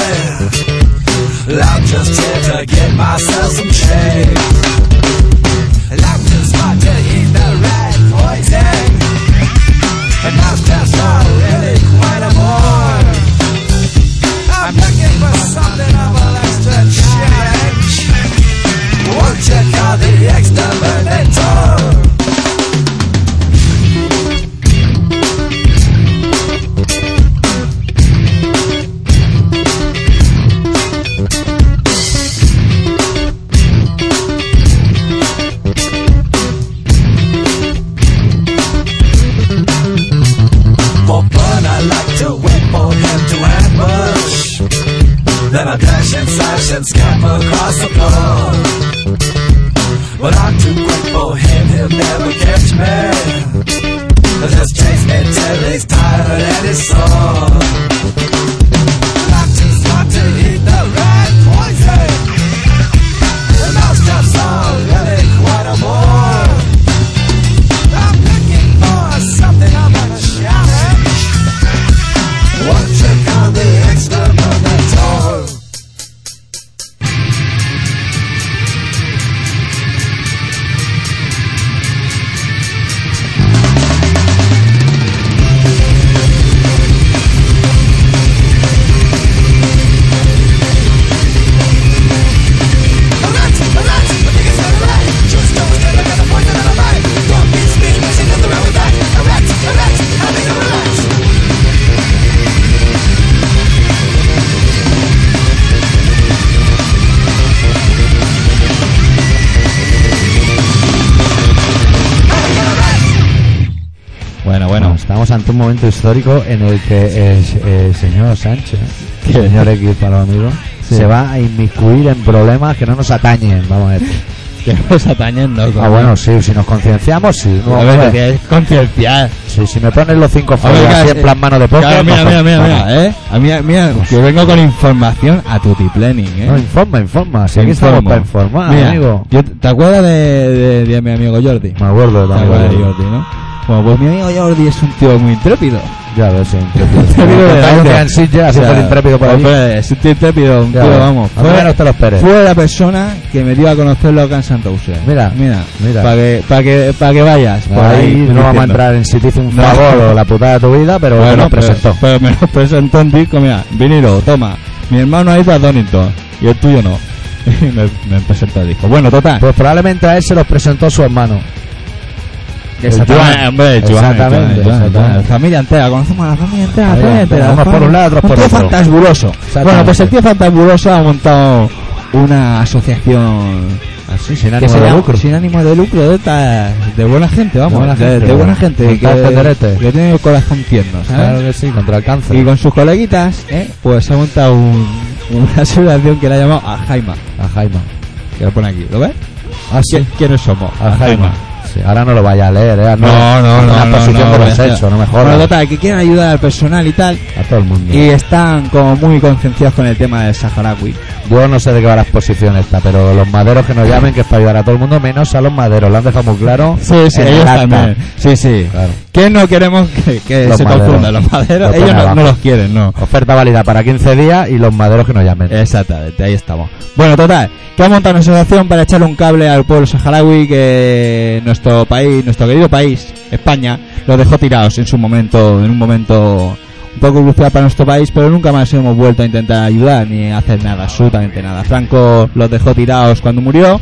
[SPEAKER 5] I'm just here to get myself some change. I'm just about to eat the rat poison. And I'm just not really quite a boy. I'm looking for something of a extra challenge. Won't you call the exterminator? slash and slash and scam across the floor. But I'm too quick for him, he'll never catch me. Just chase me till he's tired and he's sore. Doctors got to eat the red poison. The mouse traps are really quite a bore. I'm looking for something I'm gonna shout at. What you call the exterminator?
[SPEAKER 2] Bueno, bueno.
[SPEAKER 1] Bueno, estamos ante un momento histórico en el que el, el señor Sánchez,
[SPEAKER 2] ¿Qué?
[SPEAKER 1] señor X para los amigos,
[SPEAKER 2] Sí.
[SPEAKER 1] se va a inmiscuir en problemas que no nos atañen, vamos a decir.
[SPEAKER 2] Que nos atañendo.
[SPEAKER 1] Ah, bueno, sí, si nos concienciamos, sí. No,
[SPEAKER 2] a ver,
[SPEAKER 1] hombre,
[SPEAKER 2] te tienes que concienciar.
[SPEAKER 1] sí, si me pones los cinco
[SPEAKER 2] A ver,
[SPEAKER 1] folios así
[SPEAKER 2] claro,
[SPEAKER 1] en plan mano de póker...
[SPEAKER 2] Claro, mira,
[SPEAKER 1] no,
[SPEAKER 2] mira, mira,
[SPEAKER 1] no,
[SPEAKER 2] mira, eh. A mí, mira, yo vengo con información a tu planning, eh.
[SPEAKER 1] No, informa, informa. Si
[SPEAKER 2] Te
[SPEAKER 1] aquí estamos
[SPEAKER 2] informo.
[SPEAKER 1] para informar,
[SPEAKER 2] Mira,
[SPEAKER 1] amigo.
[SPEAKER 2] yo- ¿Te acuerdas de, de- de mi amigo Jordi?
[SPEAKER 1] Me acuerdo
[SPEAKER 2] ¿Te
[SPEAKER 1] también.
[SPEAKER 2] acuerdas de Jordi, ¿no? Bueno, pues mi amigo Jordi es un tío muy intrépido.
[SPEAKER 1] Ya ves, sí.
[SPEAKER 2] Intrépido de
[SPEAKER 1] Hay un
[SPEAKER 2] verdad.
[SPEAKER 1] gran sitio, así
[SPEAKER 2] O sea,
[SPEAKER 1] Ah, fue el intrépido por ahí.
[SPEAKER 2] hombre, Es un tío intrépido, un
[SPEAKER 1] Ya
[SPEAKER 2] tío,
[SPEAKER 1] ves.
[SPEAKER 2] vamos.
[SPEAKER 1] A ver, no
[SPEAKER 2] Fue,
[SPEAKER 1] te los Pérez.
[SPEAKER 2] fue la persona que me dio a conocer los Guns N' Roses.
[SPEAKER 1] Mira,
[SPEAKER 2] mira,
[SPEAKER 1] mira.
[SPEAKER 2] Para que, para que, para que vayas. por
[SPEAKER 1] Ahí no vamos a
[SPEAKER 2] diciendo.
[SPEAKER 1] entrar en si te hizo un
[SPEAKER 2] No.
[SPEAKER 1] favor o la putada de tu vida, pero bueno,
[SPEAKER 2] Bueno,
[SPEAKER 1] nos presentó.
[SPEAKER 2] Pero, pero me lo presentó en disco, mira, vinilo, toma. Mi hermano ha ido a Donington y el tuyo no. Y me, me presentó el disco. Bueno, total.
[SPEAKER 1] Pues probablemente a él se los presentó su hermano.
[SPEAKER 2] Exactamente,
[SPEAKER 1] Joan,
[SPEAKER 2] hombre, el Joan,
[SPEAKER 1] Exactamente,
[SPEAKER 2] el Joan, el Joan,
[SPEAKER 1] exactamente.
[SPEAKER 2] La familia entera, conocemos a la familia entera, la
[SPEAKER 1] Ahí
[SPEAKER 2] familia
[SPEAKER 1] va,
[SPEAKER 2] entera.
[SPEAKER 1] unos
[SPEAKER 2] la
[SPEAKER 1] por
[SPEAKER 2] familia-
[SPEAKER 1] un lado, otros por
[SPEAKER 2] Un tío
[SPEAKER 1] otro.
[SPEAKER 2] fantasbuloso. Bueno, pues el tío fantasbuloso ha montado una asociación
[SPEAKER 1] Así, sin
[SPEAKER 2] que
[SPEAKER 1] ánimo
[SPEAKER 2] se
[SPEAKER 1] de
[SPEAKER 2] llama-
[SPEAKER 1] lucro.
[SPEAKER 2] sin ánimo de lucro, de, estas- de buena gente, vamos,
[SPEAKER 1] buena
[SPEAKER 2] de,
[SPEAKER 1] gente,
[SPEAKER 2] de buena
[SPEAKER 1] bueno.
[SPEAKER 2] gente, que,
[SPEAKER 1] Fantasmas de Arete.
[SPEAKER 2] que tiene el corazón tierno, ¿sabes?
[SPEAKER 1] Claro que sí, contra el cáncer.
[SPEAKER 2] Y con sus coleguitas, ¿eh? pues se ha montado un- una asociación que la ha llamado Alzheimer.
[SPEAKER 1] A Jaime.
[SPEAKER 2] Que lo pone aquí, ¿lo ves?
[SPEAKER 1] Ah, sí.
[SPEAKER 2] ¿Qui- ¿Quiénes somos?
[SPEAKER 1] Alzheimer. Sí, ahora no lo vaya a leer, ¿eh? Una exposición de los hechos, no este- me jodas.
[SPEAKER 2] Bueno, total, que quieren ayudar al personal y tal.
[SPEAKER 1] A todo el mundo.
[SPEAKER 2] Y están como muy concienciados con el tema del saharaui.
[SPEAKER 1] Yo no sé de qué va la exposición esta, pero los maderos que nos llamen, que es para ayudar a todo el mundo, menos a los maderos. Lo han dejado muy claro. en el
[SPEAKER 2] ellos
[SPEAKER 1] acta.
[SPEAKER 2] también. Sí, sí.
[SPEAKER 1] Claro.
[SPEAKER 2] Que no queremos que, que
[SPEAKER 1] Los
[SPEAKER 2] se
[SPEAKER 1] maderos.
[SPEAKER 2] confundan los maderos.
[SPEAKER 1] Los
[SPEAKER 2] ellos
[SPEAKER 1] ponen
[SPEAKER 2] no,
[SPEAKER 1] abajo.
[SPEAKER 2] no los quieren, no.
[SPEAKER 1] Oferta válida para 15 días y los maderos que nos llamen.
[SPEAKER 2] Exactamente, ahí estamos. Bueno, total, que ha montado una asociación para echar un cable al pueblo saharaui que nuestro país, nuestro querido país, España, los dejó tirados en su momento, en un momento un poco crucial para nuestro país, pero nunca más hemos vuelto a intentar ayudar ni hacer nada, absolutamente nada. Franco los dejó tirados cuando murió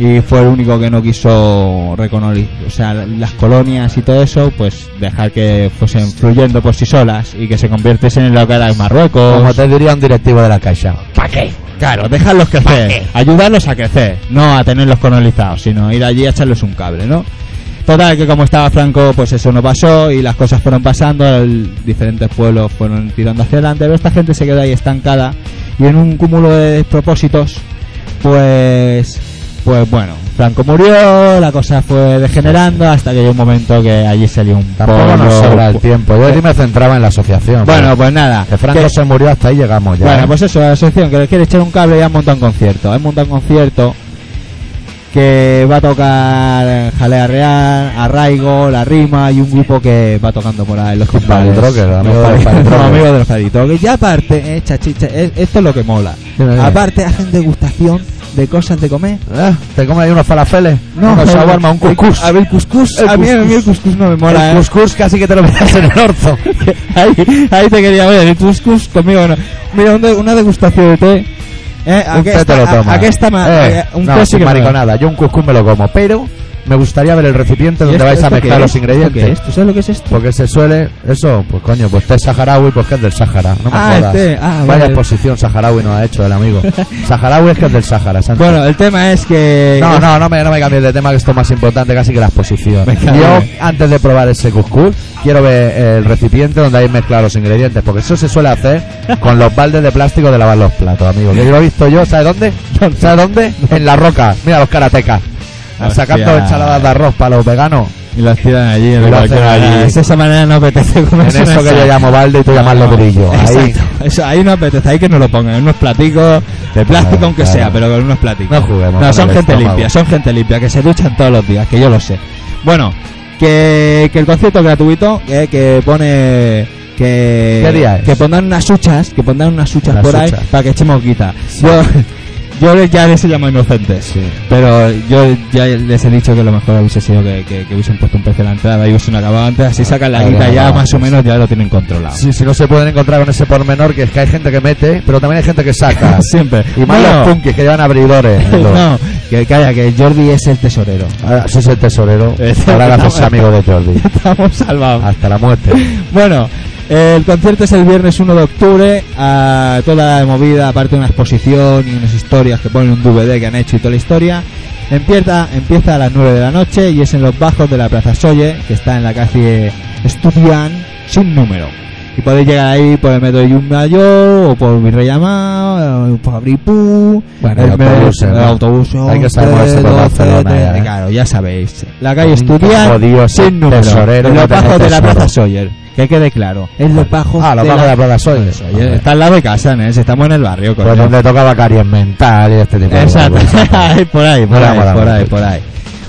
[SPEAKER 2] y fue el único que no quiso reconocer, o sea, las colonias y todo eso, pues dejar que fuesen fluyendo por sí solas y que se convirtiesen en lo que era el Marruecos.
[SPEAKER 1] Como te diría un directivo de la Caixa.
[SPEAKER 2] Claro, dejarlos crecer, ayudarlos a crecer, no a tenerlos colonizados, sino ir allí a echarles un cable, ¿no? Total, que como estaba Franco, pues eso no pasó y las cosas fueron pasando, el- diferentes pueblos fueron tirando hacia adelante, pero esta gente se quedó ahí estancada y en un cúmulo de propósitos, pues, pues bueno, Franco murió, la cosa fue degenerando hasta que llegó un momento que allí salió un
[SPEAKER 1] Tampoco nos
[SPEAKER 2] polvo.
[SPEAKER 1] sobra el tiempo. Yo aquí me centraba en la asociación.
[SPEAKER 2] Bueno,
[SPEAKER 1] pero
[SPEAKER 2] pues nada,
[SPEAKER 1] que Franco
[SPEAKER 2] que-
[SPEAKER 1] se murió, hasta ahí llegamos ya.
[SPEAKER 2] bueno,
[SPEAKER 1] ¿eh?
[SPEAKER 2] pues eso, la asociación que le quiere echar un cable y han montado un concierto. Han montado un concierto que va a tocar eh, Jalea Real, Arraigo, La Rima y un grupo que va tocando por ahí los compadres.
[SPEAKER 1] Palitroques, los amigos
[SPEAKER 2] Los
[SPEAKER 1] de los
[SPEAKER 2] pali- los
[SPEAKER 1] palitroques.
[SPEAKER 2] amigos de los palitroques. Y aparte, eh, chachicha, eh, esto es lo que mola.
[SPEAKER 1] Dime, dime.
[SPEAKER 2] Aparte hacen degustación de cosas de comer.
[SPEAKER 1] Ah, ¿Te comes ahí unos falafeles? Unos shawarma, un cuscús.
[SPEAKER 2] A ver, cuscús.
[SPEAKER 1] El
[SPEAKER 2] a, mí, a mí el
[SPEAKER 1] cuscús.
[SPEAKER 2] cuscús no me mola.
[SPEAKER 1] El
[SPEAKER 2] eh.
[SPEAKER 1] cuscús casi que te lo metes en el orzo.
[SPEAKER 2] ahí, ahí te quería ver, el cuscús conmigo no. Mira, un de- una degustación de té. Eh, ¿a
[SPEAKER 1] un
[SPEAKER 2] qué
[SPEAKER 1] té
[SPEAKER 2] está-
[SPEAKER 1] te lo
[SPEAKER 2] a-
[SPEAKER 1] tomas.
[SPEAKER 2] a qué está más?
[SPEAKER 1] Eh,
[SPEAKER 2] un
[SPEAKER 1] no,
[SPEAKER 2] té sí
[SPEAKER 1] sin
[SPEAKER 2] que me lo-
[SPEAKER 1] mariconada. Yo un cuscús me lo como, pero me gustaría ver el recipiente
[SPEAKER 2] ¿Y
[SPEAKER 1] donde
[SPEAKER 2] esto-
[SPEAKER 1] vais a
[SPEAKER 2] esto qué
[SPEAKER 1] mezclar
[SPEAKER 2] es?
[SPEAKER 1] los
[SPEAKER 2] ¿Esto
[SPEAKER 1] ingredientes.
[SPEAKER 2] qué es? ¿Tú sabes lo que es esto?
[SPEAKER 1] Porque se suele, eso, pues coño, pues té saharaui, pues que es del Sahara, no me
[SPEAKER 2] Ah,
[SPEAKER 1] jodas.
[SPEAKER 2] este, ah,
[SPEAKER 1] Vaya
[SPEAKER 2] vale.
[SPEAKER 1] exposición saharaui nos ha hecho el amigo. saharaui es que es del Sahara, Santi.
[SPEAKER 2] Bueno, el tema es que.
[SPEAKER 1] no, no, no me, no me cambies de tema, que esto es más importante casi que la exposición.
[SPEAKER 2] eh. Me cago
[SPEAKER 1] Yo,
[SPEAKER 2] en-
[SPEAKER 1] antes de probar ese cuscús, quiero ver el recipiente donde hay mezclados los ingredientes, porque eso se suele hacer con los baldes de plástico de lavar los platos, amigo. Que yo lo he visto yo, ¿sabe dónde? ¿Sabe dónde? En la roca. Mira los karatecas. Sacando
[SPEAKER 2] Hostia.
[SPEAKER 1] ensaladas de arroz para los veganos.
[SPEAKER 2] Y las tiran allí, en
[SPEAKER 1] Y
[SPEAKER 2] el
[SPEAKER 1] lo hacen
[SPEAKER 2] balcón
[SPEAKER 1] allí.
[SPEAKER 2] allí.
[SPEAKER 4] Es esa manera no apetece
[SPEAKER 1] En
[SPEAKER 4] comer
[SPEAKER 1] eso que yo llamo balde y tú llamas los brillos. Ahí.
[SPEAKER 2] Exacto. Eso, ahí no apetece, ahí que nos lo pongan, en unos platicos, de plástico
[SPEAKER 1] Claro,
[SPEAKER 2] aunque
[SPEAKER 1] claro.
[SPEAKER 2] sea, pero con unos platicos.
[SPEAKER 1] No juguemos
[SPEAKER 2] No,
[SPEAKER 1] con
[SPEAKER 2] son
[SPEAKER 1] el
[SPEAKER 2] gente
[SPEAKER 1] estómago.
[SPEAKER 2] limpia, son gente limpia, que se duchan todos los días, que yo lo sé. Bueno, que, que el concierto es gratuito, que, que pone... Que,
[SPEAKER 1] ¿Qué día es?
[SPEAKER 2] que pondrán unas huchas, que pondrán unas huchas
[SPEAKER 1] Unas
[SPEAKER 2] por ahí
[SPEAKER 1] huchas.
[SPEAKER 2] para que echemos guita. Yo, yo les- ya les he llamado inocentes, pero yo ya les he dicho que lo mejor hubiese sido que, que, que hubiesen puesto un precio a la entrada y hubiesen acabado antes, así sacan la
[SPEAKER 1] Habría
[SPEAKER 2] guita ya
[SPEAKER 1] acabado
[SPEAKER 2] más o
[SPEAKER 1] antes.
[SPEAKER 2] menos, ya lo tienen controlado.
[SPEAKER 1] Sí, sí, no se pueden encontrar con ese pormenor que es que hay gente que mete, pero también hay gente que saca.
[SPEAKER 2] Siempre.
[SPEAKER 1] Y más
[SPEAKER 2] Bueno.
[SPEAKER 1] los punkis que llevan abridores.
[SPEAKER 2] No, que calla, que Jordi es el tesorero.
[SPEAKER 1] Ahora, si es el tesorero,
[SPEAKER 2] Este-
[SPEAKER 1] ahora
[SPEAKER 2] estamos-
[SPEAKER 1] haces amigo de Jordi.
[SPEAKER 2] Estamos salvados.
[SPEAKER 1] Hasta la muerte.
[SPEAKER 2] Bueno, el concierto es el viernes 1 de octubre. a toda la movida, aparte de una exposición y unas historias que ponen un DVD que han hecho y toda la historia. Empieza, empieza a las 9 de la noche y es en los bajos de la Plaza Solle, que está en la calle Estudian, sin número. Y podéis llegar ahí por el metro de Yumayo, o por Virrey Amado, o por Abripú,
[SPEAKER 1] Bueno,
[SPEAKER 2] el
[SPEAKER 1] el
[SPEAKER 2] metro-
[SPEAKER 1] autobús,
[SPEAKER 2] el
[SPEAKER 1] ¿no?
[SPEAKER 2] autobús,
[SPEAKER 1] Hay que saber moverse por
[SPEAKER 2] 11,
[SPEAKER 1] Barcelona,
[SPEAKER 2] 13,
[SPEAKER 1] ¿eh?
[SPEAKER 2] Claro, ya sabéis. La calle
[SPEAKER 1] Con
[SPEAKER 2] Estudian,
[SPEAKER 1] jodido ese
[SPEAKER 2] sin número.
[SPEAKER 1] tesorero,
[SPEAKER 2] en
[SPEAKER 1] no
[SPEAKER 2] los
[SPEAKER 1] tenés
[SPEAKER 2] bajos de la
[SPEAKER 1] tesoro.
[SPEAKER 2] Plaza Sawyer. Que quede claro. En los bajos
[SPEAKER 1] Ah, los bajos de la plaza soy. Eso,
[SPEAKER 2] Oye, Está al lado de casa, ¿eh? Si Estamos en el barrio, coño.
[SPEAKER 1] Pues donde toca caries mental y este tipo de
[SPEAKER 2] Exacto.
[SPEAKER 1] cosas. Pues,
[SPEAKER 2] Ahí, por ahí, por
[SPEAKER 1] Mola,
[SPEAKER 2] ahí,
[SPEAKER 1] mola,
[SPEAKER 2] por
[SPEAKER 1] mola.
[SPEAKER 2] ahí, por ahí.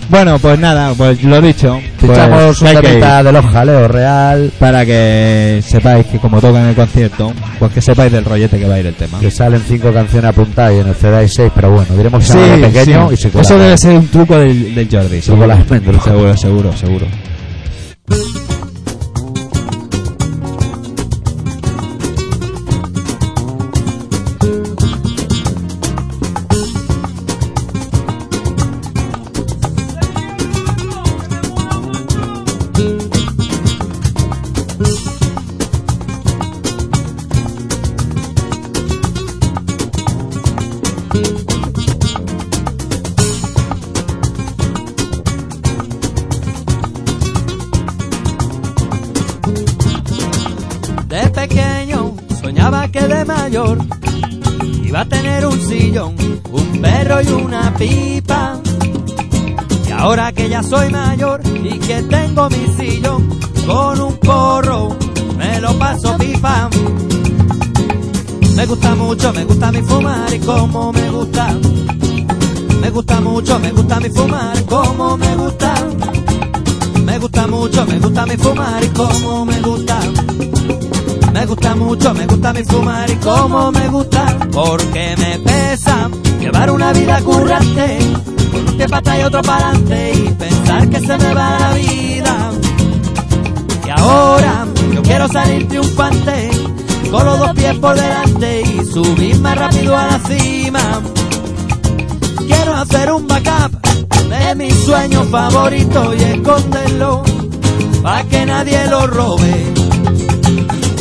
[SPEAKER 2] Bueno, pues nada, pues lo dicho.
[SPEAKER 1] Si
[SPEAKER 2] pues
[SPEAKER 1] echamos
[SPEAKER 2] hay
[SPEAKER 1] una
[SPEAKER 2] que ir.
[SPEAKER 1] mitad de los jaleos real,
[SPEAKER 2] para que sepáis que como tocan el concierto, pues que sepáis del rollete que va a ir el tema.
[SPEAKER 1] que salen cinco canciones apuntadas y en el CD hay seis, pero bueno, diremos que
[SPEAKER 2] Sí,
[SPEAKER 1] sea pequeño
[SPEAKER 2] sí.
[SPEAKER 1] y se cuela.
[SPEAKER 2] Eso debe ser un truco del, del Jordi.
[SPEAKER 1] Se cuela las péndulas.
[SPEAKER 2] seguro, seguro, seguro.
[SPEAKER 6] De pequeño soñaba que de mayor iba a tener un sillón, un perro y una pipa. Y ahora que ya soy mayor y que tengo mi sillón con un porro, me lo paso pipa. Me gusta mucho, me gusta mi fumar y como me gusta. Me gusta mucho, me gusta mi fumar como me gusta. Me gusta mucho, me gusta mi fumar y como me gusta. Me gusta mucho, me gusta mi fumar y como me gusta, porque me pesa llevar una vida currante, con un pie para atrás y otro para adelante y pensar que se me va la vida. Y ahora yo quiero salir triunfante, con los dos pies por delante y subir más rápido a la cima. Quiero hacer un backup de mi sueño favorito y esconderlo, para que nadie lo robe.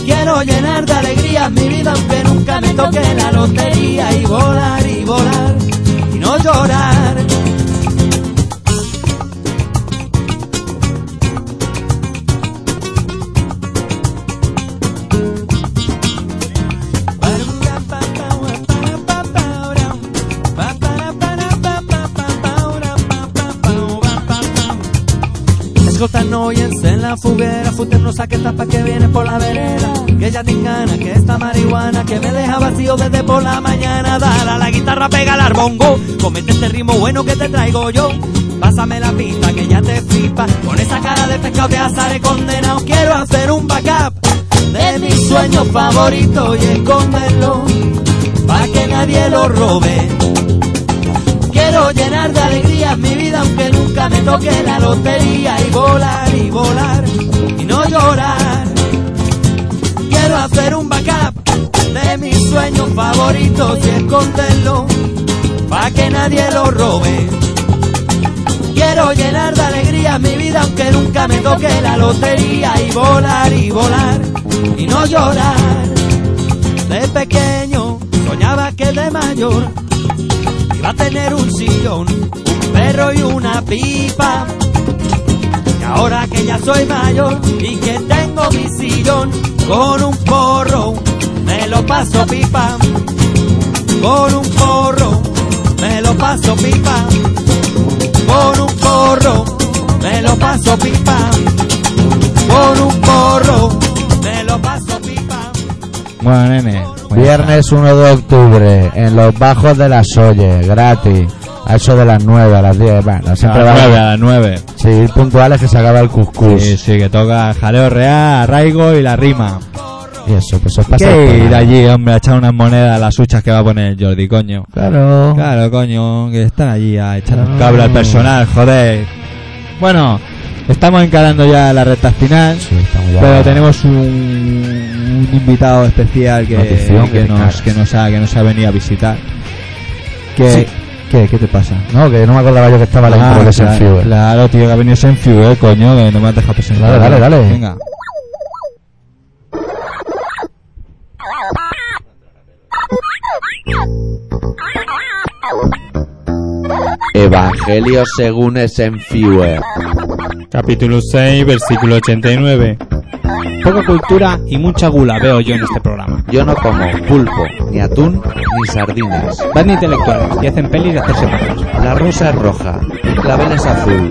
[SPEAKER 6] Quiero llenar de alegrías mi vida aunque nunca me toque la lotería y volar y volar y no llorar. Escoltando y en la foguera, futernos a que tapa que viene por la vereda. Que ya te ganas, que esta marihuana que me deja vacío desde por la mañana. Dale a la guitarra, pega al bongo, comete este ritmo bueno que te traigo yo. Pásame la pista que ya te flipa, con esa cara de pescado te asaré condenado. Quiero hacer un backup de mi sueño favorito y esconderlo, pa' que nadie lo robe. Quiero llenar de alegrías mi vida aunque nunca me toque la lotería y volar y volar y no llorar. Quiero hacer un backup de mis sueños favoritos y esconderlo pa' que nadie lo robe. Quiero llenar de alegrías mi vida aunque nunca me toque la lotería y volar y volar y no llorar. De pequeño soñaba que de mayor iba a tener un sillón, un perro y una pipa. Y ahora que ya soy mayor y que tengo mi sillón, con un porro me lo paso pipa. Con un porro me lo paso pipa. Con un porro me lo paso pipa. Con un porro me lo paso pipa.
[SPEAKER 2] Bueno, nene. pues
[SPEAKER 1] Viernes 1 de octubre, en los bajos de las Olles, gratis. A eso de las 9, a las 10. Bueno,
[SPEAKER 2] A
[SPEAKER 1] siempre
[SPEAKER 2] las nueve,
[SPEAKER 1] va
[SPEAKER 2] a las nueve.
[SPEAKER 1] Sí, ir puntuales que se acaba el cuscús.
[SPEAKER 2] Sí, sí, que toca jaleo real, arraigo y la rima.
[SPEAKER 1] Y eso, pues eso pasa.
[SPEAKER 2] ¿Qué
[SPEAKER 1] por
[SPEAKER 2] ir
[SPEAKER 1] la-
[SPEAKER 2] allí, hombre, a echar unas monedas a las huchas que va a poner el Jordi, coño?
[SPEAKER 1] Claro.
[SPEAKER 2] Claro, coño, que están allí a echar un
[SPEAKER 1] No.
[SPEAKER 2] cabro al personal, joder. Bueno, estamos encarando ya la recta final,
[SPEAKER 1] Sí, estamos ya-
[SPEAKER 2] pero tenemos un, un invitado especial que,
[SPEAKER 1] Notición,
[SPEAKER 2] que,
[SPEAKER 1] que
[SPEAKER 2] nos,
[SPEAKER 1] caras.
[SPEAKER 2] que, nos ha, que nos ha venido a visitar. ¿Qué,
[SPEAKER 1] Sí.
[SPEAKER 2] ¿qué, qué te pasa?
[SPEAKER 1] No, que no me acordaba yo que estaba la
[SPEAKER 2] Ah,
[SPEAKER 1] intro de
[SPEAKER 2] cla-
[SPEAKER 1] San Fever.
[SPEAKER 2] Claro, tío, que ha venido Senfiu, eh, coño, que no me has dejado presentar.
[SPEAKER 1] Dale, dale, dale.
[SPEAKER 2] Venga.
[SPEAKER 7] Evangelio según es en Fiue.
[SPEAKER 8] Capítulo 6, versículo 89. Poca cultura y mucha gula veo yo en este programa.
[SPEAKER 7] Yo no como pulpo, ni atún, ni sardinas.
[SPEAKER 8] Van de intelectuales y hacen pelis de hacerse malos.
[SPEAKER 7] La rosa es roja, el clavel es azul.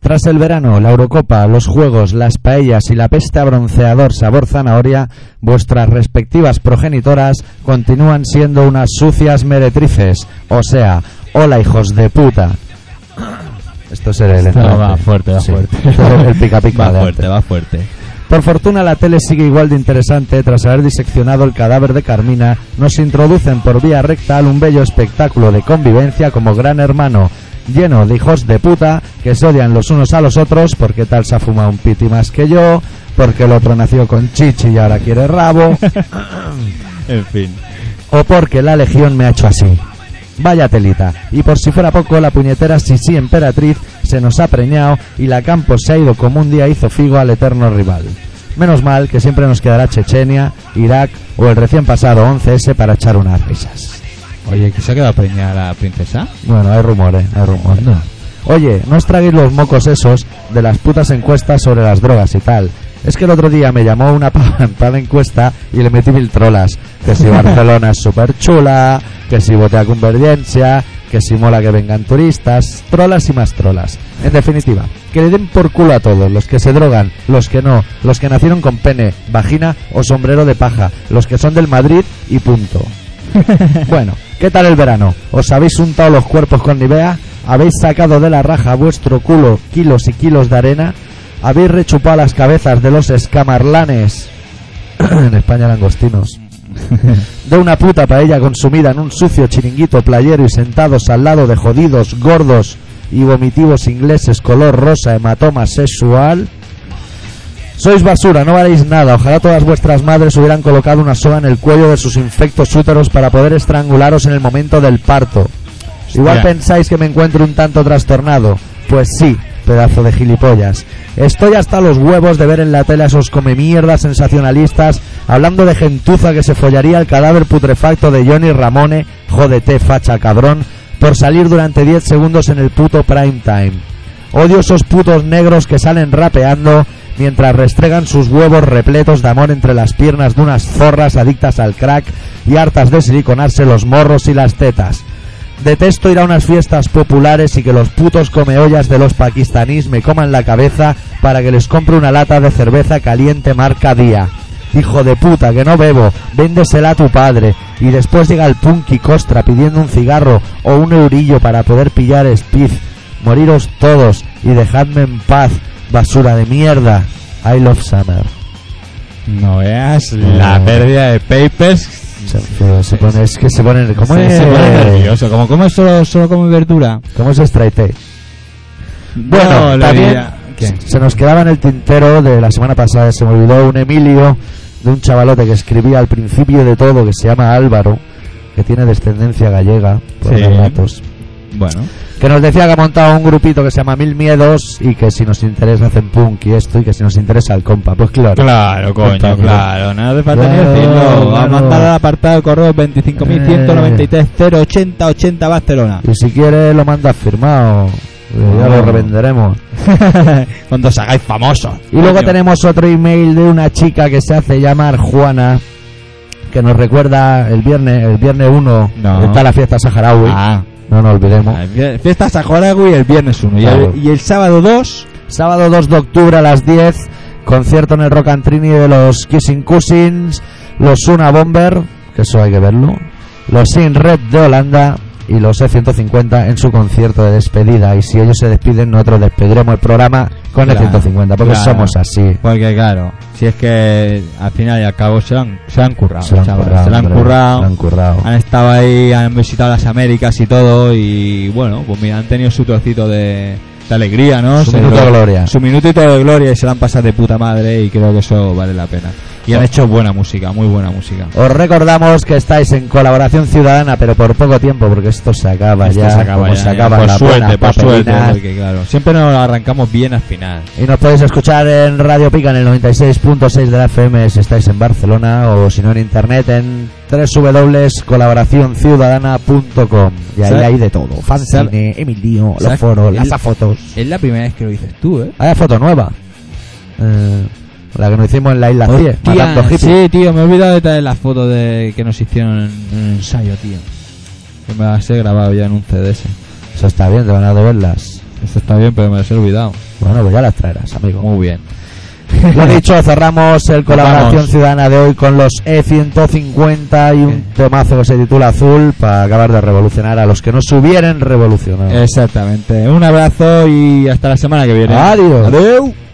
[SPEAKER 1] Tras el verano, la Eurocopa, los juegos, las paellas y la peste a bronceador sabor zanahoria, vuestras respectivas progenitoras continúan siendo unas sucias meretrices. O sea, hola hijos de puta. Esto es el elefante.
[SPEAKER 2] va fuerte, va
[SPEAKER 1] Sí.
[SPEAKER 2] fuerte.
[SPEAKER 1] Esto es el pica pica
[SPEAKER 2] Va
[SPEAKER 1] de
[SPEAKER 2] fuerte,
[SPEAKER 1] antes.
[SPEAKER 2] va fuerte.
[SPEAKER 1] Por fortuna la tele sigue igual de interesante. Tras haber diseccionado el cadáver de Carmina, nos introducen por vía rectal un bello espectáculo de convivencia como gran hermano, lleno de hijos de puta que se odian los unos a los otros porque tal se ha fumado un piti más que yo, porque el otro nació con chichi y ahora quiere rabo,
[SPEAKER 2] En fin.
[SPEAKER 1] o porque la legión me ha hecho así. Vaya telita. Y por si fuera poco, la puñetera Sisi Emperatriz se nos ha preñado y la Campos se ha ido como un día hizo Figo al eterno rival. Menos mal que siempre nos quedará Chechenia, Irak o el recién pasado 11S para echar unas risas.
[SPEAKER 2] Oye, ¿que se ha quedado preñada la princesa?
[SPEAKER 1] Bueno, hay rumores, hay rumores. Oye, no os traguéis los mocos esos de las putas encuestas sobre las drogas y tal. Es que el otro día me llamó una pantada encuesta y le metí mil trolas. Que si Barcelona es súper chula, que si botea convergencia, que si mola que vengan turistas, trolas y más trolas. En definitiva, que le den por culo a todos, los que se drogan, los que no, los que nacieron con pene, vagina o sombrero de paja, los que son del Madrid y punto. Bueno, ¿qué tal el verano? ¿Os habéis untado los cuerpos con Nivea? ¿Habéis sacado de la raja vuestro culo kilos y kilos de arena? ¿Habéis rechupado las cabezas de los escamarlanes? en España langostinos. De una puta paella consumida en un sucio chiringuito playero y sentados al lado de jodidos, gordos y vomitivos ingleses color rosa hematoma sexual. Sois basura, no valéis nada. Ojalá todas vuestras madres hubieran colocado una soga en el cuello de sus infectos úteros para poder estrangularos en el momento del parto. Igual
[SPEAKER 2] Hostia.
[SPEAKER 1] pensáis que me encuentro un tanto trastornado. Pues sí, pedazo de gilipollas. Estoy hasta los huevos de ver en la tele a esos comemierdas sensacionalistas hablando de gentuza que se follaría el cadáver putrefacto de Johnny Ramone, jódete facha cabrón, por salir durante 10 segundos en el puto prime time. Odio esos putos negros que salen rapeando mientras restregan sus huevos repletos de amor entre las piernas de unas zorras adictas al crack y hartas de siliconarse los morros y las tetas. Detesto ir a unas fiestas populares y que los putos comeollas de los pakistaníes me coman la cabeza para que les compre una lata de cerveza caliente marca Día. Hijo de puta, que no bebo, véndesela a tu padre. Y después llega el punky costra pidiendo un cigarro o un eurillo para poder pillar Spiz. Moriros todos y dejadme en paz, basura de mierda. I love summer.
[SPEAKER 2] No veas la
[SPEAKER 1] No.
[SPEAKER 2] pérdida de papers.
[SPEAKER 1] Se, se- se pone- es que se ponen. ¿Cómo
[SPEAKER 2] Se,
[SPEAKER 1] es?
[SPEAKER 2] se pone nervioso. Como come solo, solo come verdura.
[SPEAKER 1] ¿Cómo se estraite?
[SPEAKER 2] Yo
[SPEAKER 1] Bueno,
[SPEAKER 2] le
[SPEAKER 1] también
[SPEAKER 2] diría ¿Qué?
[SPEAKER 1] Se nos quedaba en el tintero de la semana pasada, se me olvidó un Emilio de un chavalote que escribía al principio de todo, que se llama Álvaro, que tiene descendencia gallega, por
[SPEAKER 2] Sí.
[SPEAKER 1] los datos,
[SPEAKER 2] Bueno.
[SPEAKER 1] que nos decía que ha montado un grupito que se llama Mil Miedos y que si nos interesa hacen punk y esto, y que si nos interesa el compa, pues claro.
[SPEAKER 2] Claro, coño,
[SPEAKER 1] Contadlo.
[SPEAKER 2] claro. Nada de falta ni
[SPEAKER 1] Claro,
[SPEAKER 2] decirlo. Va a
[SPEAKER 1] claro.
[SPEAKER 2] mandar al apartado de correo 25.193.080.80 Barcelona.
[SPEAKER 1] Y si quiere lo manda firmado, eh, ya lo
[SPEAKER 2] Wow.
[SPEAKER 1] revenderemos.
[SPEAKER 2] Cuando os hagáis famosos.
[SPEAKER 1] Y luego
[SPEAKER 2] Coño.
[SPEAKER 1] tenemos otro email de una chica que se hace llamar Juana, que nos recuerda el viernes, el viernes 1
[SPEAKER 2] No.
[SPEAKER 1] está la fiesta saharaui.
[SPEAKER 2] Ah,
[SPEAKER 1] No nos olvidemos.
[SPEAKER 2] ah, fie- fiesta Saharaui el viernes 1 y,
[SPEAKER 1] Claro.
[SPEAKER 2] el, y el sábado 2
[SPEAKER 1] Sábado 2 de octubre a las 10, concierto en el Rock and Trini de los Kissing Cousins, los Una Bomber, que eso hay que verlo, los Sin Red de Holanda y los E150 en su concierto de despedida. Y si ellos se despiden, nosotros despediremos el programa con
[SPEAKER 2] Claro,
[SPEAKER 1] E150, porque
[SPEAKER 2] claro.
[SPEAKER 1] somos así.
[SPEAKER 2] Porque claro, si es que al final y al cabo se lo han, se lo han currado,
[SPEAKER 1] Se lo han
[SPEAKER 2] chavales,
[SPEAKER 1] currado,
[SPEAKER 2] se lo han
[SPEAKER 1] hombre,
[SPEAKER 2] currado,
[SPEAKER 1] se lo han currado.
[SPEAKER 2] han estado ahí, han visitado las Américas y todo y bueno, pues mira, han tenido su trocito de, de alegría, ¿no?
[SPEAKER 1] Su
[SPEAKER 2] Se
[SPEAKER 1] minuto
[SPEAKER 2] lo-
[SPEAKER 1] de gloria.
[SPEAKER 2] Su minutito de gloria y se la han pasado de puta madre y creo que eso vale la pena. Y
[SPEAKER 1] Oh.
[SPEAKER 2] han hecho buena música, muy buena música.
[SPEAKER 1] Os recordamos que estáis en colaboración ciudadana, pero por poco tiempo, porque esto se acaba
[SPEAKER 2] Esto
[SPEAKER 1] ya.
[SPEAKER 2] se acaba
[SPEAKER 1] como
[SPEAKER 2] ya,
[SPEAKER 1] se acaba
[SPEAKER 2] por
[SPEAKER 1] la
[SPEAKER 2] suerte,
[SPEAKER 1] buena
[SPEAKER 2] por suerte,
[SPEAKER 1] papelina.
[SPEAKER 2] porque claro, siempre nos arrancamos bien al final.
[SPEAKER 1] Y nos podéis escuchar en Radio Pica en el 96.6 de la FM si estáis en Barcelona o si no en internet en www.colaboracionciudadana.com. Y ahí
[SPEAKER 2] ¿Sabes?
[SPEAKER 1] hay de todo: fanzine,
[SPEAKER 2] ¿Sabes?
[SPEAKER 1] Emilio, los
[SPEAKER 2] ¿Sabes?
[SPEAKER 1] foros, las
[SPEAKER 2] El-
[SPEAKER 1] fotos.
[SPEAKER 2] Es la primera vez que lo dices tú, ¿eh?
[SPEAKER 1] Hay una foto nueva. Eh, la que nos hicimos en la isla 10,
[SPEAKER 2] Tía,
[SPEAKER 1] matando hippies.
[SPEAKER 2] sí, tío, me he olvidado de traer las fotos de que nos hicieron en, en el ensayo, tío. Que me las he grabado ya en un CDS.
[SPEAKER 1] Eso está bien, te van a deberlas.
[SPEAKER 2] Eso está bien, pero me las he olvidado.
[SPEAKER 1] Bueno, pues ya las traerás, amigo.
[SPEAKER 2] Muy bien.
[SPEAKER 1] Lo dicho, cerramos el colaboración
[SPEAKER 2] vamos.
[SPEAKER 1] ciudadana de hoy con los E150 y un temazo que se titula Azul para acabar de revolucionar a los que no se
[SPEAKER 2] Eh,
[SPEAKER 1] hubieran revolucionado.
[SPEAKER 2] Exactamente. Un abrazo y hasta la semana que viene.
[SPEAKER 1] Adiós.
[SPEAKER 2] Adeu.